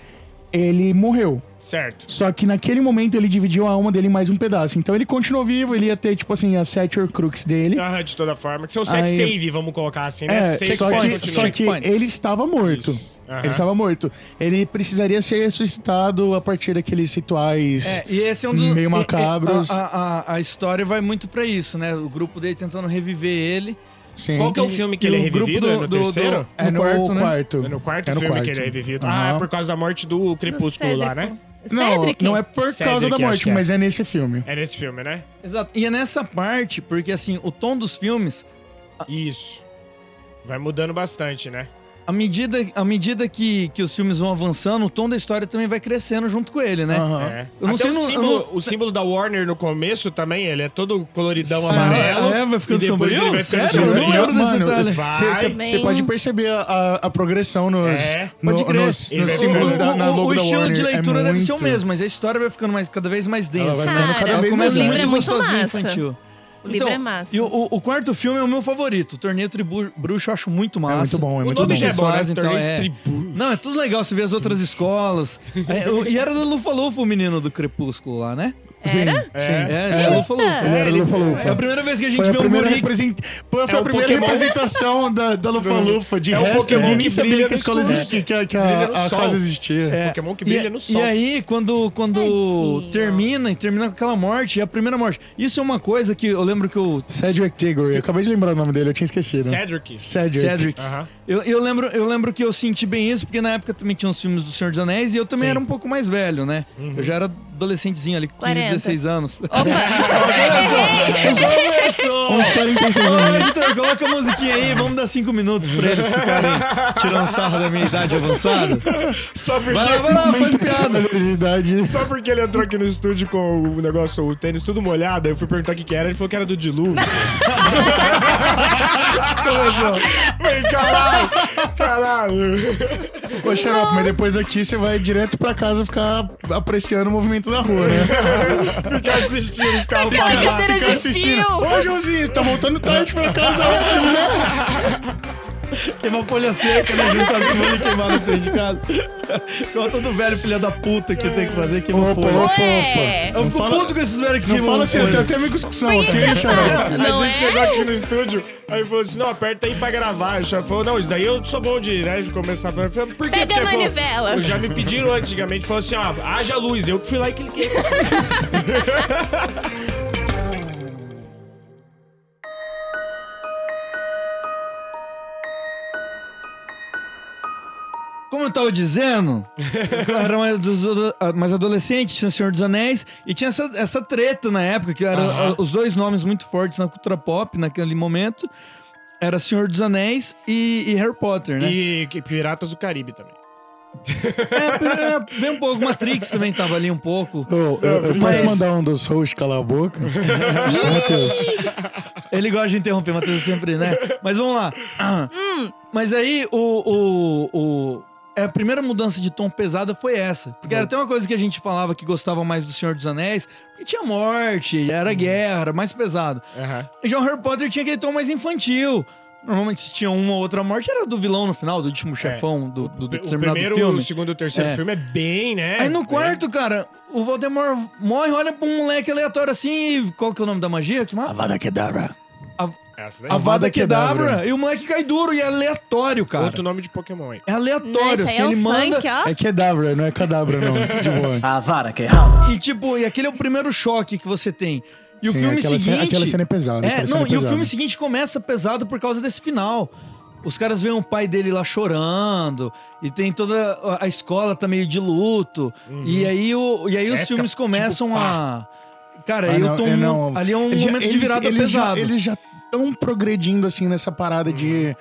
ele morreu. Certo. Só que naquele momento ele dividiu a alma dele em mais um pedaço. Então ele continuou vivo, ele ia ter, tipo assim, as sete Horcrux dele. Aham, de toda forma. Que são sete Aí- save, vamos colocar assim, né? É, Save só points, que, continua. só que ele estava morto. Aham. Ele estava morto. Ele precisaria ser ressuscitado a partir daqueles rituais É, e esse é um dos. meio e- e- macabros. A, a- a história vai muito pra isso, né? O grupo dele tentando reviver ele. Sim. Qual que é o filme que ele é revivido? é no terceiro? é no quarto, né? É no quarto É no filme que quarto. ele é revivido. Ah, Aham. é por causa da morte do Crepúsculo lá, né? Não, não é por causa da Cedric, acho morte, que é. mas é nesse filme. É nesse filme, né? Exato. E é nessa parte, porque assim, o tom dos filmes. Isso. Vai mudando bastante, né? À medida, à medida que, que os filmes vão avançando, o tom da história também vai crescendo junto com ele, né? É. Até o, não- símbolo, não- o símbolo da Warner no começo também, ele é todo coloridão Sim. amarelo. É, vai ficando e depois sombrio? Ele vai ficando É, Sério? Eu não sombrio. lembro desse Mano, detalhe. vai. Você pode perceber a, a- a progressão nos, É, no- pode crer. nos, Ele nos vai símbolos ficando- da, na o- o- logo O da estilo Warner. de leitura é deve ser o muito. mesmo, mas a história vai ficando mais, cada vez mais densa. Ela vai ficando cada Cara, vez mais começa densa. o livro é muito gostosinho massa. infantil. Então, O livro é massa. E o, o- o quarto filme é o meu favorito. Torneio Tribu Bruxo eu acho muito massa. muito bom, é muito Tudo bom. que eles É bom, né? fazem, então, Torneio é... Não, é tudo legal. Você vê as outras escolas. É, o- e era do Lufa Lufa o menino do Crepúsculo lá, né? Era? É, Sim. é, ele é Eita! Lufa Lufa. Ele era Lufa Lufa. É a primeira vez que a gente Foi a vê um primeira guri... represent- Foi, foi É a o primeira Pokémon. representação da, da Lufa Lufa. De um É o resto, Pokémon eu que nem brilha sabia que a no escola escuro. existia, que a, que a- Brilha no É, a sol. casa existia. É. e, E aí, quando, quando termina, e termina com aquela morte, é a primeira morte. Isso é uma coisa que eu lembro que eu. Cedric Diggory, eu acabei de lembrar o nome dele, eu tinha esquecido. Cedric. Cedric. Cedric. Eu, eu lembro, eu lembro que eu senti bem isso, porque na época também tinha os filmes do Senhor dos Anéis e eu também era um pouco mais velho, né? Uhum. Eu já era adolescentezinho ali, com 15, 40. 16 anos. *laughs* Errei! Começou! Uns 46 anos. Ô, Editor, coloca a musiquinha aí, vamos dar 5 minutos pra eles ficarem tirando sarro da minha idade avançada. Só porque... Vai lá, vai lá, faz piada. *laughs* Só porque ele entrou aqui no estúdio com o negócio, o tênis tudo molhado, aí eu fui perguntar o que que era, ele falou que era do *laughs* dilúvio. Começou. Vem, caralho! Caralho! Ô, Xarope, mas depois aqui você vai direto pra casa ficar apreciando o movimento da rua, né? Ficar assistindo os *laughs* carros Aquela passar. cadeira de fio. Ô, Joãozinho, tá voltando tarde pra casa Tá hoje, né? Queimar é folha seca, né? A gente tá se mandando queimar no frente de casa. Igual todo velho filho da puta que tem que fazer queimar Opa, folha. opa, Ué. opa. Eu Não fico fala- puto com esses velhos que não queimam fala assim, eu folha. tenho até amigos que são, ok, Xarope? a é? é? gente chegou aqui no estúdio, aí falou assim: não, aperta aí pra gravar. O Xarope falou: não, isso daí eu sou bom de, né, de começar a falar. Eu falei, Por quê? Pega a Porque falou- manivela. já me pediram antigamente, falou assim: ó, haja luz. Eu que fui lá e cliquei. Como eu tava dizendo, eu era mais, dos- ah, mais adolescente, tinha o Senhor dos Anéis, e tinha essa, essa treta na época, que eram Aham. os dois nomes muito fortes na cultura pop naquele momento. Era Senhor dos Anéis e, e Harry Potter, né? E que- Piratas do Caribe também. É, vem um pouco, Matrix também tava ali um *laughs* pouco. Eu, eu- eu Mas- posso mandar um dos hosts calar a boca? Ô, Matheus. Ele gosta de interromper, Matheus, sempre, né? Mas vamos lá. Ah. Mas aí, o, o, o- é, A primeira mudança de tom pesada foi essa. Porque era até uma coisa que a gente falava que gostava mais do Senhor dos Anéis, porque tinha morte, era Uhum. guerra, era mais pesado. E já o Harry Potter tinha aquele tom mais infantil. Normalmente, se tinha uma ou outra morte, era do vilão no final, do último chefão, do, do, do É. O determinado primeiro, filme. o segundo e o terceiro É. filme é bem, né? Aí no quarto, cara, o Voldemort morre, olha pra um moleque aleatório assim. e Qual que é o nome da magia que mata? Avada Kedavra. Essa daí. Avada é Kedavra. E o moleque cai duro e é aleatório, cara. Outro nome de Pokémon aí. É aleatório. Nossa, Se é um ele manda. funk, ó. É Kedavra, não é Cadabra, não. De boa. Avada que E tipo, e aquele é o primeiro choque que você tem. E o Sim, filme aquela cena- seguinte. aquela cena é pesada, É, aquela não, cena é e o pesada. filme seguinte começa pesado por causa desse final. Os caras veem o pai dele lá chorando, e tem toda a- a escola tá meio de luto. E aí, o, e aí os É, Uhum. fica filmes tipo, começam pá. Ah, a. Cara, aí eu não, tô. mu- não. Ali é um Eles já- momento de eles- virada eles já- pesado. eles já estão progredindo, assim, nessa parada de...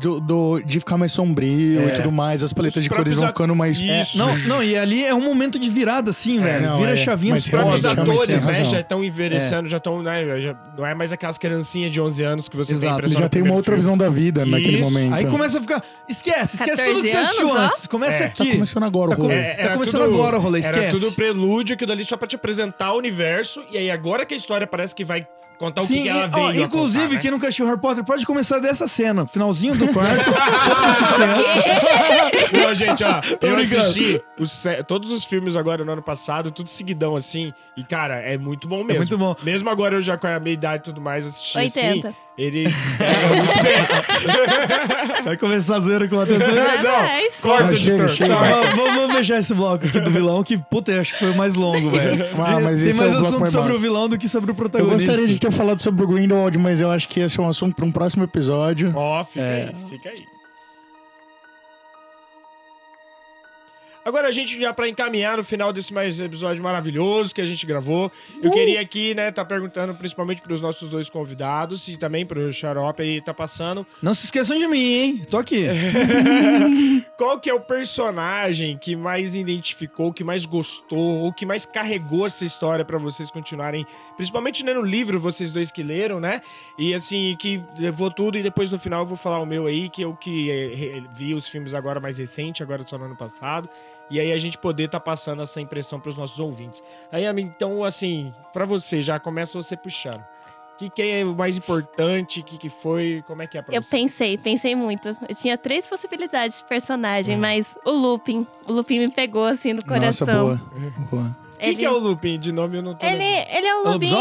do- do- de ficar mais sombrio Uhum. É. e tudo mais, as paletas de cores vão ficando mais. Isso. Não, não, e ali é um momento de virada, assim, É, velho. não, Vira é. chavinha Mas forte. realmente, Os atores, né, já estão É. envelhecendo, já estão, né, já- não é mais aquelas criancinhas de 11 anos que você tem a Exato. Ele impressão já no tem uma primeiro outra filme. visão da vida naquele Isso. momento. Aí começa a ficar. Esquece, esquece 14 tudo que você assistiu anos, ó. antes. Começa É. aqui. Tá começando agora tá, come- É, tá era começando tudo- agora o rolê, esquece. Era tudo prelúdio, aquilo ali só pra te apresentar o universo, e aí agora que a história parece que vai contar o que, que ela e- veio. ó, a inclusive, contar, né? quem nunca assistiu Harry Potter pode começar dessa cena. Finalzinho do *laughs* quarto. Não, gente, ó, *laughs* Tô eu brincando. assisti os se- todos os filmes agora no ano passado, tudo seguidão assim. E, cara, é muito bom mesmo. muito bom. Mesmo agora eu já com a minha idade e tudo mais, assisti 80. assim. Ele. Vai começar a zoeira com o Matheus. É, Não, é, não. Corta, Não, chega, editor. chega. Corta. Não, vamos, vamos fechar esse bloco aqui do vilão, que, puta, eu acho que foi o mais longo, velho. *laughs* Ah, mas Tem esse é mais o bloco assunto mais sobre o massa. vilão do que sobre o Eu protagonista. gostaria de ter falado sobre o Grindelwald, mas eu acho que esse é um assunto para um próximo episódio. Ó, fica aí, fica aí. Agora a gente já pra encaminhar no final desse mais episódio maravilhoso que a gente gravou. Eu queria aqui, né, tá perguntando principalmente pros nossos dois convidados e também pro Xarope aí tá passando. Não se esqueçam de mim, hein? Tô aqui. É. Qual que é o personagem que mais identificou, que mais gostou, ou que mais carregou essa história pra vocês continuarem, principalmente né, no livro, vocês dois que leram, né? E assim, que levou tudo, e depois no final eu vou falar o meu aí, que eu que eh, re- vi os filmes agora mais recente, agora só no ano passado, e aí a gente poder tá passando essa impressão pros nossos ouvintes. Aí, Ami, então, assim, pra você, já começa você puxando. O que, que é o mais importante? O que, que foi? Como é que é pra Eu você? pensei, pensei muito. Eu tinha três possibilidades de personagem, mas o Lupin, o Lupin me pegou assim no coração. boa. O que, que é o Lupin de nome? Eu não tô Ele, ele é um lobinho.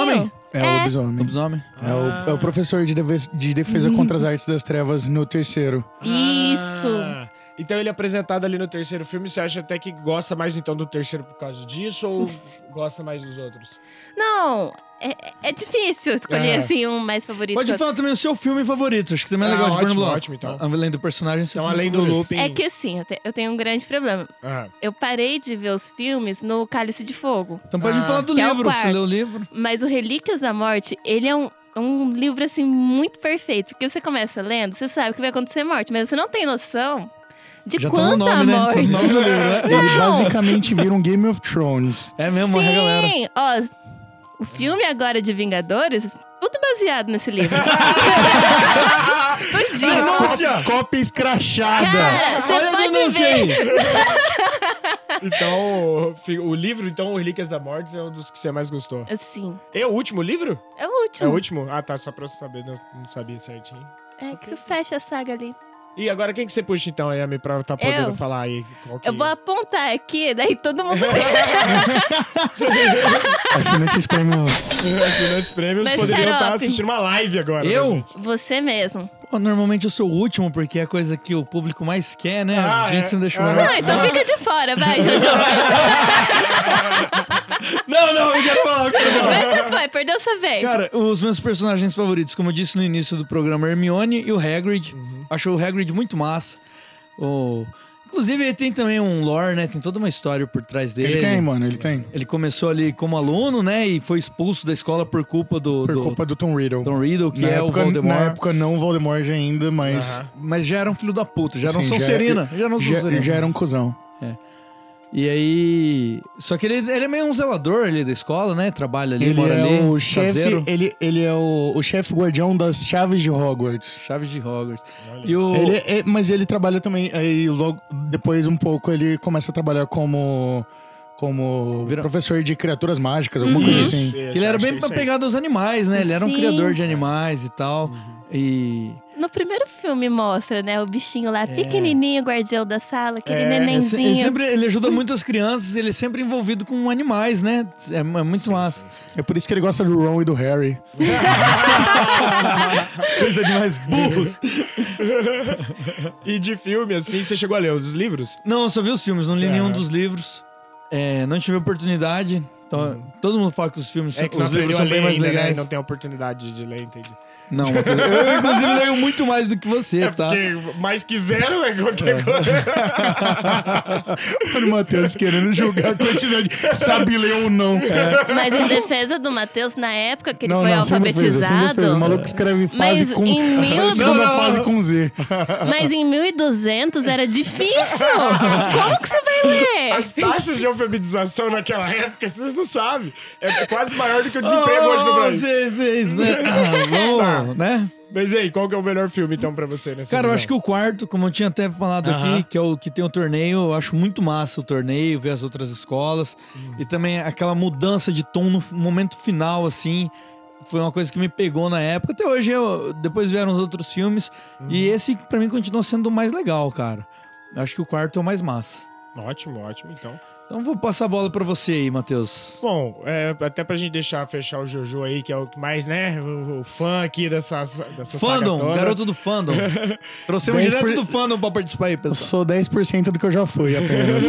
É, o lobisomem. *laughs* Lobisomem. É, o, é o professor de, deves- de defesa Uhum. contra as artes das trevas no terceiro. Isso. Ah. Então ele é apresentado ali no terceiro filme. Você acha até que gosta mais então do terceiro por causa disso ou gosta mais dos outros? Não, é, é difícil escolher É. assim um mais favorito. Pode que outro. falar também o seu filme favorito. Acho que também é Ah, legal de ótimo, Bruno Bloch. ótimo, então. Além do personagem, seu Então, filme além do favorito. Lupin. É que assim, eu, te- eu tenho um grande problema. Ah. Eu parei de ver os filmes no Cálice de Fogo. Então pode falar do que é livro. Você quarto. leu o livro? Mas o Relíquias da Morte, ele é um, um livro, assim, muito perfeito. Porque você começa lendo, você sabe que vai acontecer morte, mas você não tem noção de Já tá quanta no nome, né? Tá morte. no nome do livro, né? Ele *laughs* Não! basicamente né, vira um Game of Thrones. É mesmo, Sim! Ó, o filme agora de Vingadores, tudo baseado *laughs* nesse livro. Denúncia! Cópia escrachada! *laughs* Cara, você Olha a pode denúncia aí! Então, o fi- o livro, então, o Relíquias da Morte é um dos que você mais gostou. Sim. É o último livro? É o último. É o último? Ah, tá. Só pra eu saber, não, não sabia certinho. É que fecha a saga ali. E agora quem que você puxa então, Yami, pra tá podendo Eu? falar aí? Qual que... Eu *laughs* vou apontar aqui, daí todo mundo. Assinantes prêmios. Assinantes prêmios Mas, poderiam estar xarope. assistindo uma live agora. né, Eu? gente? Você mesmo. Pô, normalmente eu sou o último, porque é a coisa que o público mais quer, né? Ah, a gente é. se me deixa Ah. morrer. Ah, então fica de fora, vai, Jojo. Não, não, eu quero falar, eu quero falar. Mas já foi, perdeu sua vez. Cara, os meus personagens favoritos, como eu disse no início do programa, Hermione e o Hagrid. Uhum. Acho o Hagrid muito massa. O... Inclusive, ele tem também um lore, né? Tem toda uma história por trás dele. Ele tem, mano, ele tem. Ele começou ali como aluno, né? E foi expulso da escola por culpa do... Por do- culpa do Tom Riddle. Tom Riddle, que na é época, o Voldemort. Na época não o Voldemort ainda, mas... Aham. Mas já era um filho da puta, já era um Sim, Sonserina. Já, Já, era um Sonserina. já era um cuzão. E aí... Só que ele, ele é meio um zelador ali da escola, né? Trabalha ali, Ele mora é ali. o chefe, caseiro. ele, ele é o, o chefe guardião das chaves de Hogwarts. Chaves de Hogwarts. E o... Ele é- mas ele trabalha também, aí logo depois um pouco ele começa a trabalhar como como professor de criaturas mágicas, alguma Uhum. coisa Isso, assim. é Que ele era bem apegado aos animais, né? Ele era um Sim. criador de animais e tal. E. No primeiro filme mostra, né? O bichinho lá, pequenininho, guardião da sala, aquele É, nenenzinho. Ele, sempre, ele ajuda muitas crianças, ele é sempre envolvido com animais, né? É, é muito massa. É por isso que ele gosta do Ron e do Harry. Coisa demais burros. *laughs* e de filme, assim, você chegou a ler os livros? Não, eu só vi os filmes, não li É. nenhum dos livros. É, não tive oportunidade. Então, Todo mundo fala que os filmes, Uhum. É que não os aprendeu livros a são ler bem mais ainda, né? E legais. Não tem oportunidade de ler, entendi. Não, Matheus, eu inclusive leio muito mais do que *laughs* você, tá? É Porque mais que zero é qualquer coisa. Olha o Matheus querendo julgar a quantidade. Sabe ler ou não, cara. Mas em defesa do Matheus, na época que ele Não, foi não, você não fez, você não alfabetizado. fez. O maluco escreve fase Mas com. *laughs* em mil- Segunda Não, não. fase com Z. Mas em 1200 era difícil. Como que você vai ler? As taxas de alfabetização naquela época, vocês não sabem. É quase maior do que o desemprego Oh, hoje no Brasil. Tá. Vocês, vocês, *laughs* né? Ah, vamos, né? Mas e aí, qual que é o melhor filme, então, pra você nessa Cara, eu visão? acho que o quarto, como eu tinha até falado Aham. aqui, que é o que tem o torneio, eu acho muito massa o torneio, ver as outras escolas. Uhum. E também aquela mudança de tom no f- momento final, assim. Foi uma coisa que me pegou na época. Até hoje, eu, depois vieram os outros filmes. Uhum. E esse, pra mim, continua sendo o mais legal, cara. Eu acho que o quarto é o mais massa. Ótimo, ótimo, então. Então vou passar a bola pra você aí, Matheus. Bom, é, até pra gente deixar fechar o Jojo aí, que é o que mais, né? O, o fã aqui dessa, dessa Fandom, saga toda. garoto do *laughs* fandom. Trouxemos 10 direto por- do fandom pra participar aí, pessoal. Sou 10% do que eu já fui apenas.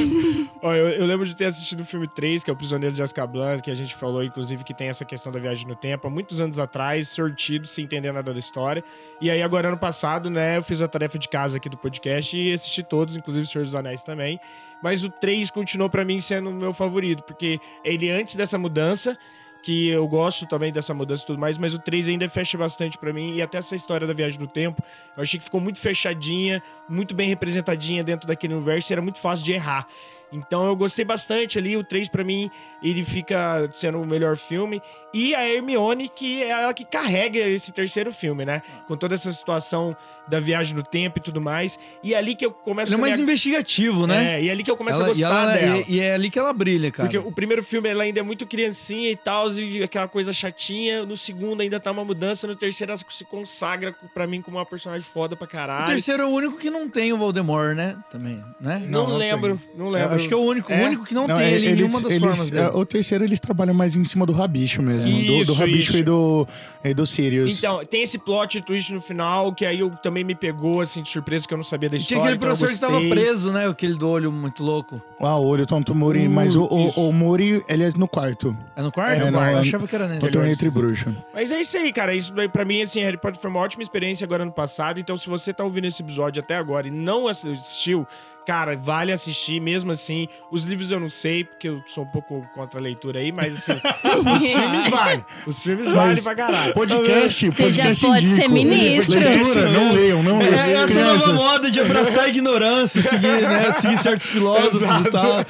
Ó, eu, eu lembro de ter assistido o filme 3, que é o Prisioneiro de Azkaban, que a gente falou, inclusive, que tem essa questão da viagem no tempo, há muitos anos atrás, sortido, sem entender nada da história. E aí, agora, ano passado, né, eu fiz a tarefa de casa aqui do podcast e assisti todos, inclusive o Senhor dos Anéis também. Mas o 3 continuou pra mim sendo o meu favorito, porque ele, antes dessa mudança, que eu gosto também dessa mudança e tudo mais, mas o 3 ainda fecha bastante pra mim. E até essa história da viagem do tempo, eu achei que ficou muito fechadinha, muito bem representadinha dentro daquele universo e era muito fácil de errar. Então eu gostei bastante ali. O 3 pra mim, ele fica sendo o melhor filme. E a Hermione, que é ela que carrega esse terceiro filme, né? Com toda essa situação da viagem no tempo e tudo mais. E é ali que eu começo Ele é a mais me- investigativo, né? É, e é ali que eu começo Ela- a e gostar ela- dela. E, e é ali que ela brilha, cara. Porque o primeiro filme ela ainda é muito criancinha e tal, e aquela coisa chatinha. No segundo ainda tá uma mudança, no terceiro ela se consagra pra mim como uma personagem foda pra caralho. O terceiro é o único que não tem o Voldemort, né? Também, né? Não, Não, não lembro, tem. não lembro. Eu acho que é o único, o É? único que não, tem ele em eles- nenhuma das eles- formas né? dele. é, O terceiro eles trabalham mais em cima do rabicho mesmo. do, Isso, do rabicho isso. e do, e do Sirius. Então, tem esse plot twist no final, que aí eu, também me pegou, assim, de surpresa, que eu não sabia da E história. tinha aquele então eu professor que tava gostei. preso, né? Aquele do olho muito louco. Ah, o olho tonto Muri, mas o, o, Uh, isso. o Muri, ele é no quarto. É no quarto? É, No não, quarto. é Eu no- achava que era nele. No torneio entre bruxo. Mas é isso aí, cara. Isso daí, pra mim, assim, Harry Potter foi uma ótima experiência agora ano passado. Então, se você tá ouvindo esse episódio até agora e não assistiu, cara, vale assistir mesmo assim. Os livros eu não sei, porque eu sou um pouco contra a leitura aí, mas assim, *laughs* os *laughs* filmes vale. Os filmes vale Mas pra caralho. Podcast, podcast indico. Leitura, Podcast, não leiam, não leiam. É essa Crianças. nova moda de abraçar a ignorância, seguir, né? Seguir certos filósofos e tal.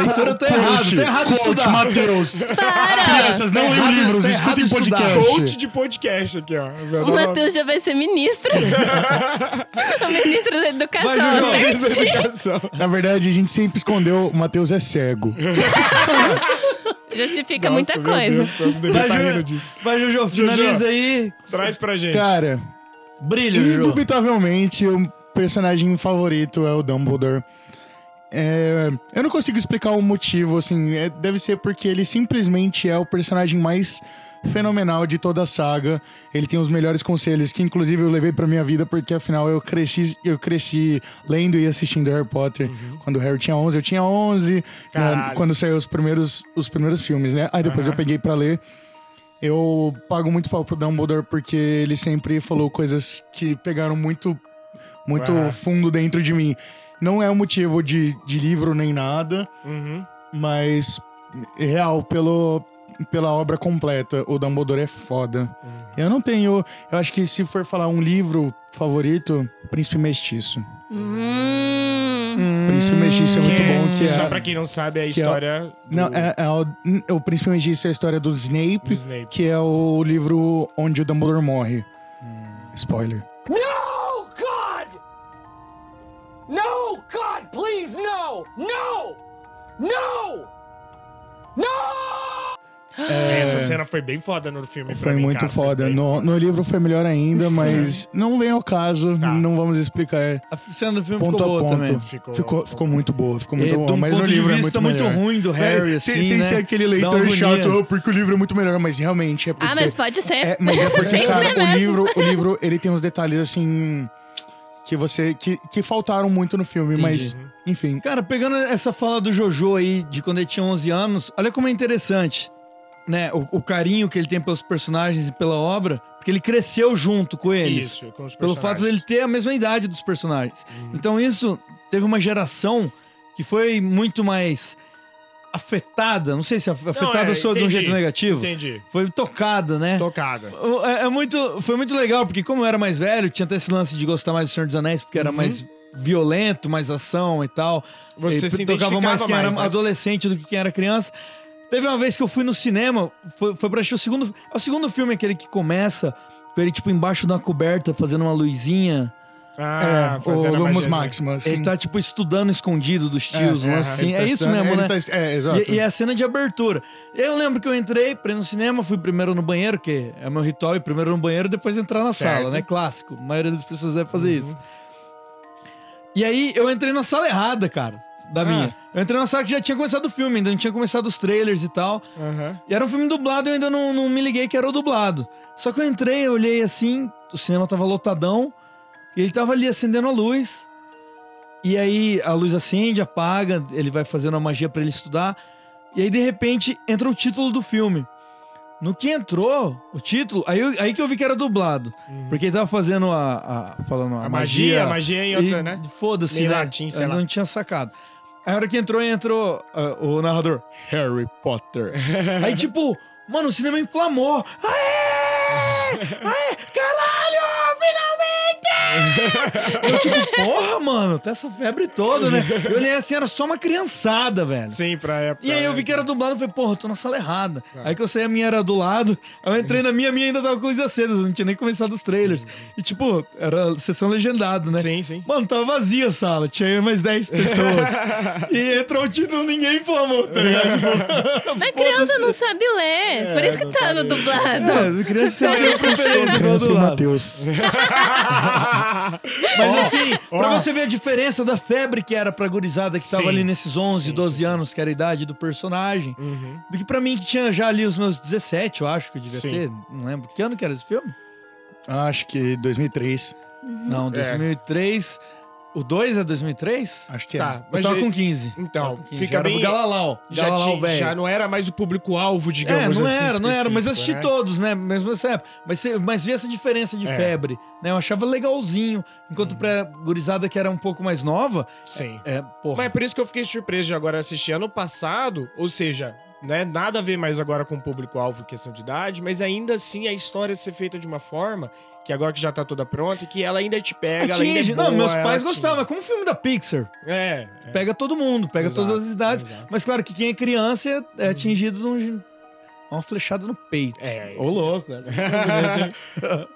Leitura tá errado, tá errado Coach, estudar. Matheus. Crianças, não Tá leiam errado- livros, tá escutem errado estudar. podcast. Coach de podcast aqui, ó. Meu O nome- Matheus já vai *laughs* ser ministro. o ministro da educação. Vai, Jojo, né? ministro da Na verdade, a gente sempre escondeu, o Matheus é cego. *laughs* Justifica Nossa, é muita meu coisa. Deus, eu não devia Vai, tá Ju- rindo disso. Vai, Jojo, finaliza aí. Traz pra gente. Cara, Brilho, Jojo. indubitavelmente, o personagem favorito é o Dumbledore. É, eu não consigo explicar o motivo, assim. é, deve ser porque ele simplesmente é o personagem mais fenomenal de toda a saga. Ele tem os melhores conselhos, que inclusive eu levei pra minha vida, porque afinal eu cresci, eu cresci lendo e assistindo Harry Potter. Quando o Harry tinha 11, eu tinha 11. né, Uhum. Caralho. quando saiu os primeiros, os primeiros filmes, né? Aí depois Aham. eu peguei pra ler. Eu pago muito pau pro Dumbledore porque ele sempre falou coisas que pegaram muito, muito Aham. fundo dentro de mim. Não é um motivo de, de livro nem nada, Uhum. mas é real, pelo, pela obra completa, o Dumbledore é foda. Eu não tenho. Eu acho que se for falar um livro favorito, Príncipe Mestiço. Príncipe Mestiço é muito bom. Que Só é, pra quem não sabe, é a que é- história. Não, é, é o, o Príncipe Mestiço é a história do Snape, que é o livro onde o Dumbledore morre. Hum. Spoiler. No, God! No, God, please, no! No! No! No! É. Essa cena foi bem foda no filme. pra Foi mim, muito cara. foda. No, no livro foi melhor ainda, mas não vem ao caso, não vamos explicar. é A cena do tá um filme ponto ficou Tá. a boa ponto. também. Ficou, ficou, muito boa, ficou muito E de boa. um Mas ponto no de livro vista é muito, muito melhor. ruim do Harry, sem- assim, Sem né? ser aquele Dá uma leitor agonia. chato, "Oh, porque o livro é muito melhor, mas realmente é porque... Ah, mas pode ser. É, mas é porque, Tem que cara, ser o mesmo. livro, o livro, ele tem uns detalhes, assim, que você... Que, que faltaram muito no filme, mas... Entendi. Enfim. Cara, pegando essa fala do Jojo aí, de quando ele tinha 11 anos, olha como é interessante, né? O, o carinho que ele tem pelos personagens e pela obra, porque ele cresceu junto com eles. Isso, com os Pelo personagens. fato dele ter a mesma idade dos personagens. Então isso teve uma geração que foi muito mais afetada, não sei se af- afetada é, só de um entendi, jeito negativo. entendi. Foi tocada, né? Tocada. É, é muito, foi muito legal, porque como eu era mais velho, tinha até esse lance de gostar mais do Senhor dos Anéis, porque Uhum. era mais violento, mais ação e tal. Você e se tocava mais identificava quem era mais, né? adolescente do que quem era criança. Teve uma vez que eu fui no cinema, foi, foi pra assistir o segundo... É o segundo filme, aquele que começa com ele, tipo, embaixo de uma coberta, fazendo uma luzinha. Ah, É, fazendo o a Lumos assim. magia, né? Maximus, Ele sim. tá, tipo, estudando escondido dos tios, É, um é, lance assim. ele tá É isso estudando- mesmo, ele né? tá est- é, exato. E, e é a cena de abertura. Eu lembro que eu entrei, entrei no cinema, fui primeiro no banheiro, que é meu ritual, ir primeiro no banheiro, depois entrar na Certo. sala, né? Clássico. A maioria das pessoas deve fazer isso. E aí eu entrei na sala errada, cara, da minha. Eu entrei na sala que já tinha começado o filme, ainda não tinha começado os trailers e tal. E era um filme dublado, eu ainda não, não me liguei que era o dublado. Só que eu entrei, eu olhei assim, o cinema tava lotadão, e ele tava ali acendendo a luz. E aí a luz acende, apaga, ele vai fazendo a magia pra ele estudar. E aí de repente entra o título do filme. No que entrou o título, aí, eu- aí que eu vi que era dublado. Porque ele tava fazendo a. a- falando a, Uhum. A magia, a magia em outra, e né? Foda-se, Meio né? latim, sei eu lá. não tinha sacado. Aí a hora que entrou, entrou ah, o narrador. Harry Potter. aí tipo, mano, o cinema inflamou. Aê! Aê! Caralho! Finalmente! Eu tipo, porra, mano, tá essa febre toda, né? Eu olhei assim, era só uma criançada, velho. Sim, pra época. E aí eu vi que era dublado e falei, porra, eu tô na sala errada. Aí que eu saí, a minha era do lado. Aí eu entrei na minha, a minha ainda tava com luz acesa, não tinha nem começado os trailers. E tipo, era sessão legendada, né? Sim, sim. Mano, tava vazia a sala, tinha mais 10 pessoas. *laughs* e entrou o título, ninguém inflamou, tá ligado? É. Tipo, Mas criança não sabe ler. Por isso que tá *laughs* no dublado. É, criança sabe ler pra Criança vocês, igual Criança e do lado. Matheus. Mas Ó, assim, pra ó. você ver a diferença da febre que era pra gurizada que tava ali nesses 11, 12 anos, que era a idade do personagem, Uhum. do que pra mim que tinha já ali os meus 17, eu acho que eu devia Sim. ter. Não lembro. Que ano que era esse filme? Acho que 2003. É. Não, 2003. O 2 é 2003? Acho que tá, é. Eu mas tava já- com 15. Então, fica fica era bem... o Galalau. Já, Galalau, tinha- velho. já não era mais o público-alvo, É, digamos não assim, era, não era, mas assisti específico, né? todos, né? Mesmo nessa época. Mas, você- mas vi essa diferença de É. Uhum. febre, né? Eu achava legalzinho. Enquanto pra gurizada que era um pouco mais nova. Sim. É, porra. Mas é por isso que eu fiquei surpreso de agora assistir ano passado, ou seja, né, nada a ver mais agora com o público-alvo em questão de idade, mas ainda assim a história ser feita de uma forma que agora que já tá toda pronta, que ela ainda te pega, ela ainda é Atinge. não, boa, meus ela pais atinge. gostavam. É como um filme da Pixar. É. Pega todo mundo, pega todas as idades. Mas claro que quem é criança é, é atingido de um- uma flechada no peito. É, Ô, louco. essa foi bonita,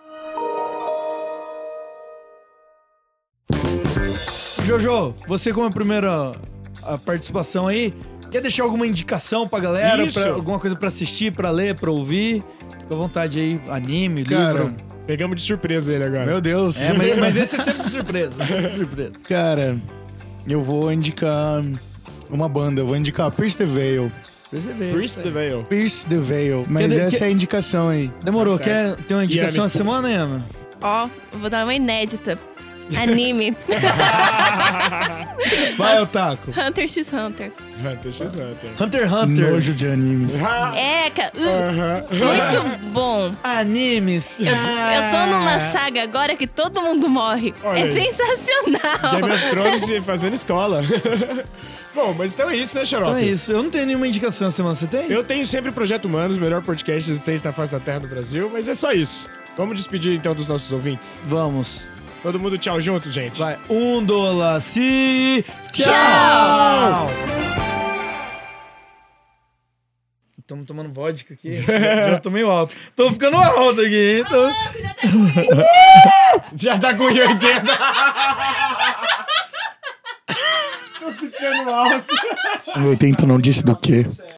hein? *laughs* Jojo, você como a primeira a participação aí, quer deixar alguma indicação pra galera? Isso. Pra, alguma coisa pra assistir, pra ler, pra ouvir? Fica à vontade aí, anime, Cara, *laughs* livro. Pegamos de surpresa ele agora. Meu Deus. É, mas, *laughs* mas esse é sempre de surpresa. *laughs* sempre de surpresa. Cara, eu vou indicar uma banda. Eu vou indicar Pierce the Veil. Pierce the Veil. Pierce the *laughs* Veil. Pierce the Veil. Mas de- essa que- é a indicação aí. Demorou, quer ter uma indicação Yami. essa semana, Ana? Ó, vou dar uma inédita. *laughs* Anime. Vai, Otaku. Hunter x Hunter. Hunter x Hunter. Hunter x Hunter. Nojo de animes. É, cara. Ah. Muito bom. Animes. Ah. Eu, eu tô numa Ah. saga agora que todo mundo morre. Olha é aí. sensacional. Game of Thrones e fazendo escola. *laughs* Bom, mas então é isso, né, Xarope? Então é isso. Eu não tenho nenhuma indicação essa semana. Você tem? Eu tenho sempre o Projeto Humanos, o melhor podcast existente na face da Terra do Brasil, mas é só isso. Vamos despedir então dos nossos ouvintes? Vamos. Todo mundo tchau junto, gente. Vai, um dólar se. Tchau! Estamos tomando vodka aqui. já já tô meio alto. Tô ficando alto aqui, hein? Tô... já tá com 80. Tô ficando alto. O 80 não disse do quê.